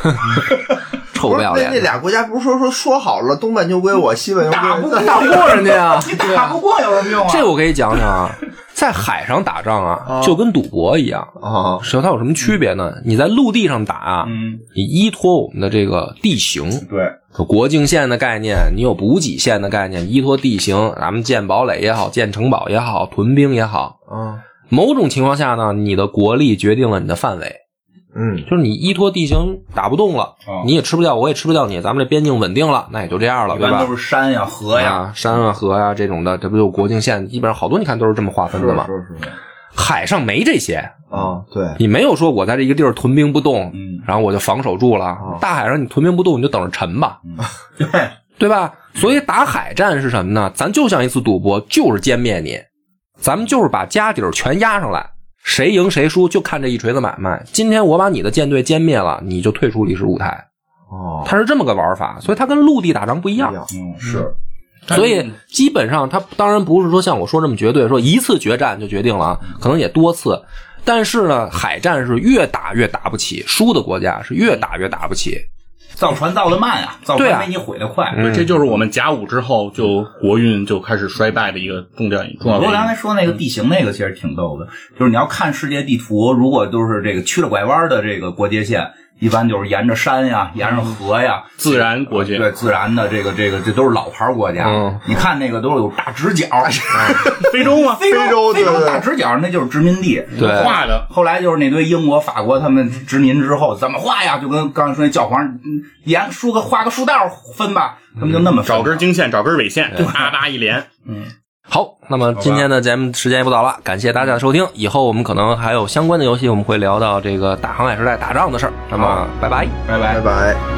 Speaker 2: 臭
Speaker 4: 不
Speaker 2: 不
Speaker 4: 是
Speaker 2: 要
Speaker 4: 那
Speaker 2: 脸
Speaker 4: 那
Speaker 2: 的，
Speaker 4: 俩国家不是说说说好了东半球归我，西半球
Speaker 1: [LAUGHS] 打不
Speaker 4: 归
Speaker 1: 过
Speaker 4: 咱
Speaker 2: 打不过人家啊呀。
Speaker 1: [LAUGHS] 你打不过有什么用啊？
Speaker 2: 这我给你讲
Speaker 1: [LAUGHS]
Speaker 2: 讲啊，在海上打仗啊，就跟赌博一样。
Speaker 4: 啊，
Speaker 2: 首先它有什么区别呢？你在陆地上打啊，
Speaker 1: 嗯，
Speaker 2: 你依托我们的这个地形，
Speaker 1: 对，
Speaker 2: 有国境线的概念，你有补给线的概念，依托地形，咱们建堡垒也好，建城堡也好，屯兵也好，
Speaker 4: 啊，
Speaker 2: 某种情况下呢，你的国力决定了你的范围，
Speaker 4: 嗯
Speaker 2: 就是你依托地形打不动了，
Speaker 1: 哦
Speaker 2: 你也吃不掉，我也吃不掉你，咱们这边境稳定了，那也就这样了，
Speaker 1: 一
Speaker 2: 对
Speaker 1: 般
Speaker 2: 吧
Speaker 1: 都？是山呀、河呀，
Speaker 2: 啊，山啊、河啊这种的，这不就国境线？基本上好多你看都是这么划分的嘛。
Speaker 4: 是是
Speaker 2: 海上没这些，
Speaker 4: 啊，对，
Speaker 2: 你没有说我在这一个地儿屯兵不动，
Speaker 1: 嗯
Speaker 2: 然后我就防守住了。大海上你屯兵不动，你就等着沉吧，
Speaker 1: 对，
Speaker 2: 对吧？所以打海战是什么呢？咱就像一次赌博，就是歼灭你，咱们就是把家底儿全压上来，谁赢谁输就看这一锤子买卖。今天我把你的舰队歼灭了，你就退出历史舞台，
Speaker 4: 哦，
Speaker 2: 它是这么个玩法，所以它跟陆地打仗不一样。
Speaker 1: 嗯，是，
Speaker 2: 所以基本上，它当然不是说像我说这么绝对，说一次决战就决定了啊，可能也多次。但是呢，海战是越打越打不起，输的国家是越打越打不起。
Speaker 1: 造船造的慢啊，造
Speaker 2: 对
Speaker 1: 船
Speaker 2: 啊
Speaker 1: 没你毁的快。
Speaker 2: 嗯
Speaker 3: 这就是我们甲午之后就国运就开始衰败的一个重点重要
Speaker 1: 我
Speaker 3: 原
Speaker 1: 说刚才
Speaker 3: 因。
Speaker 1: 说那个地形那个其实挺逗的，就是你要看世界地图，如果都是这个曲了拐弯的这个国界线，一般就是沿着山呀、沿着河呀，
Speaker 3: 自然国界
Speaker 1: 对自然的这个这个这都是老牌国家
Speaker 2: 嗯。
Speaker 1: 你看那个都是有大直角，
Speaker 3: 非洲嘛，
Speaker 1: 非
Speaker 4: 非洲
Speaker 1: 非洲
Speaker 4: 对对
Speaker 1: 大直角那就是殖民地。
Speaker 2: 对
Speaker 3: 画的
Speaker 1: 后来就是那堆英国、法国他们殖民之后怎么画呀？就跟刚才说那教皇，嗯沿梳个画个竖道分吧，他们就那么分啊
Speaker 3: 找根经线，找根纬线，叭叭一连。
Speaker 2: 好，那么今天的节目时间也不早了，感谢大家的收听。以后我们可能还有相关的游戏，我们会聊到这个大航海时代打仗的事儿。那么，拜拜。
Speaker 1: 拜拜
Speaker 4: 拜。拜。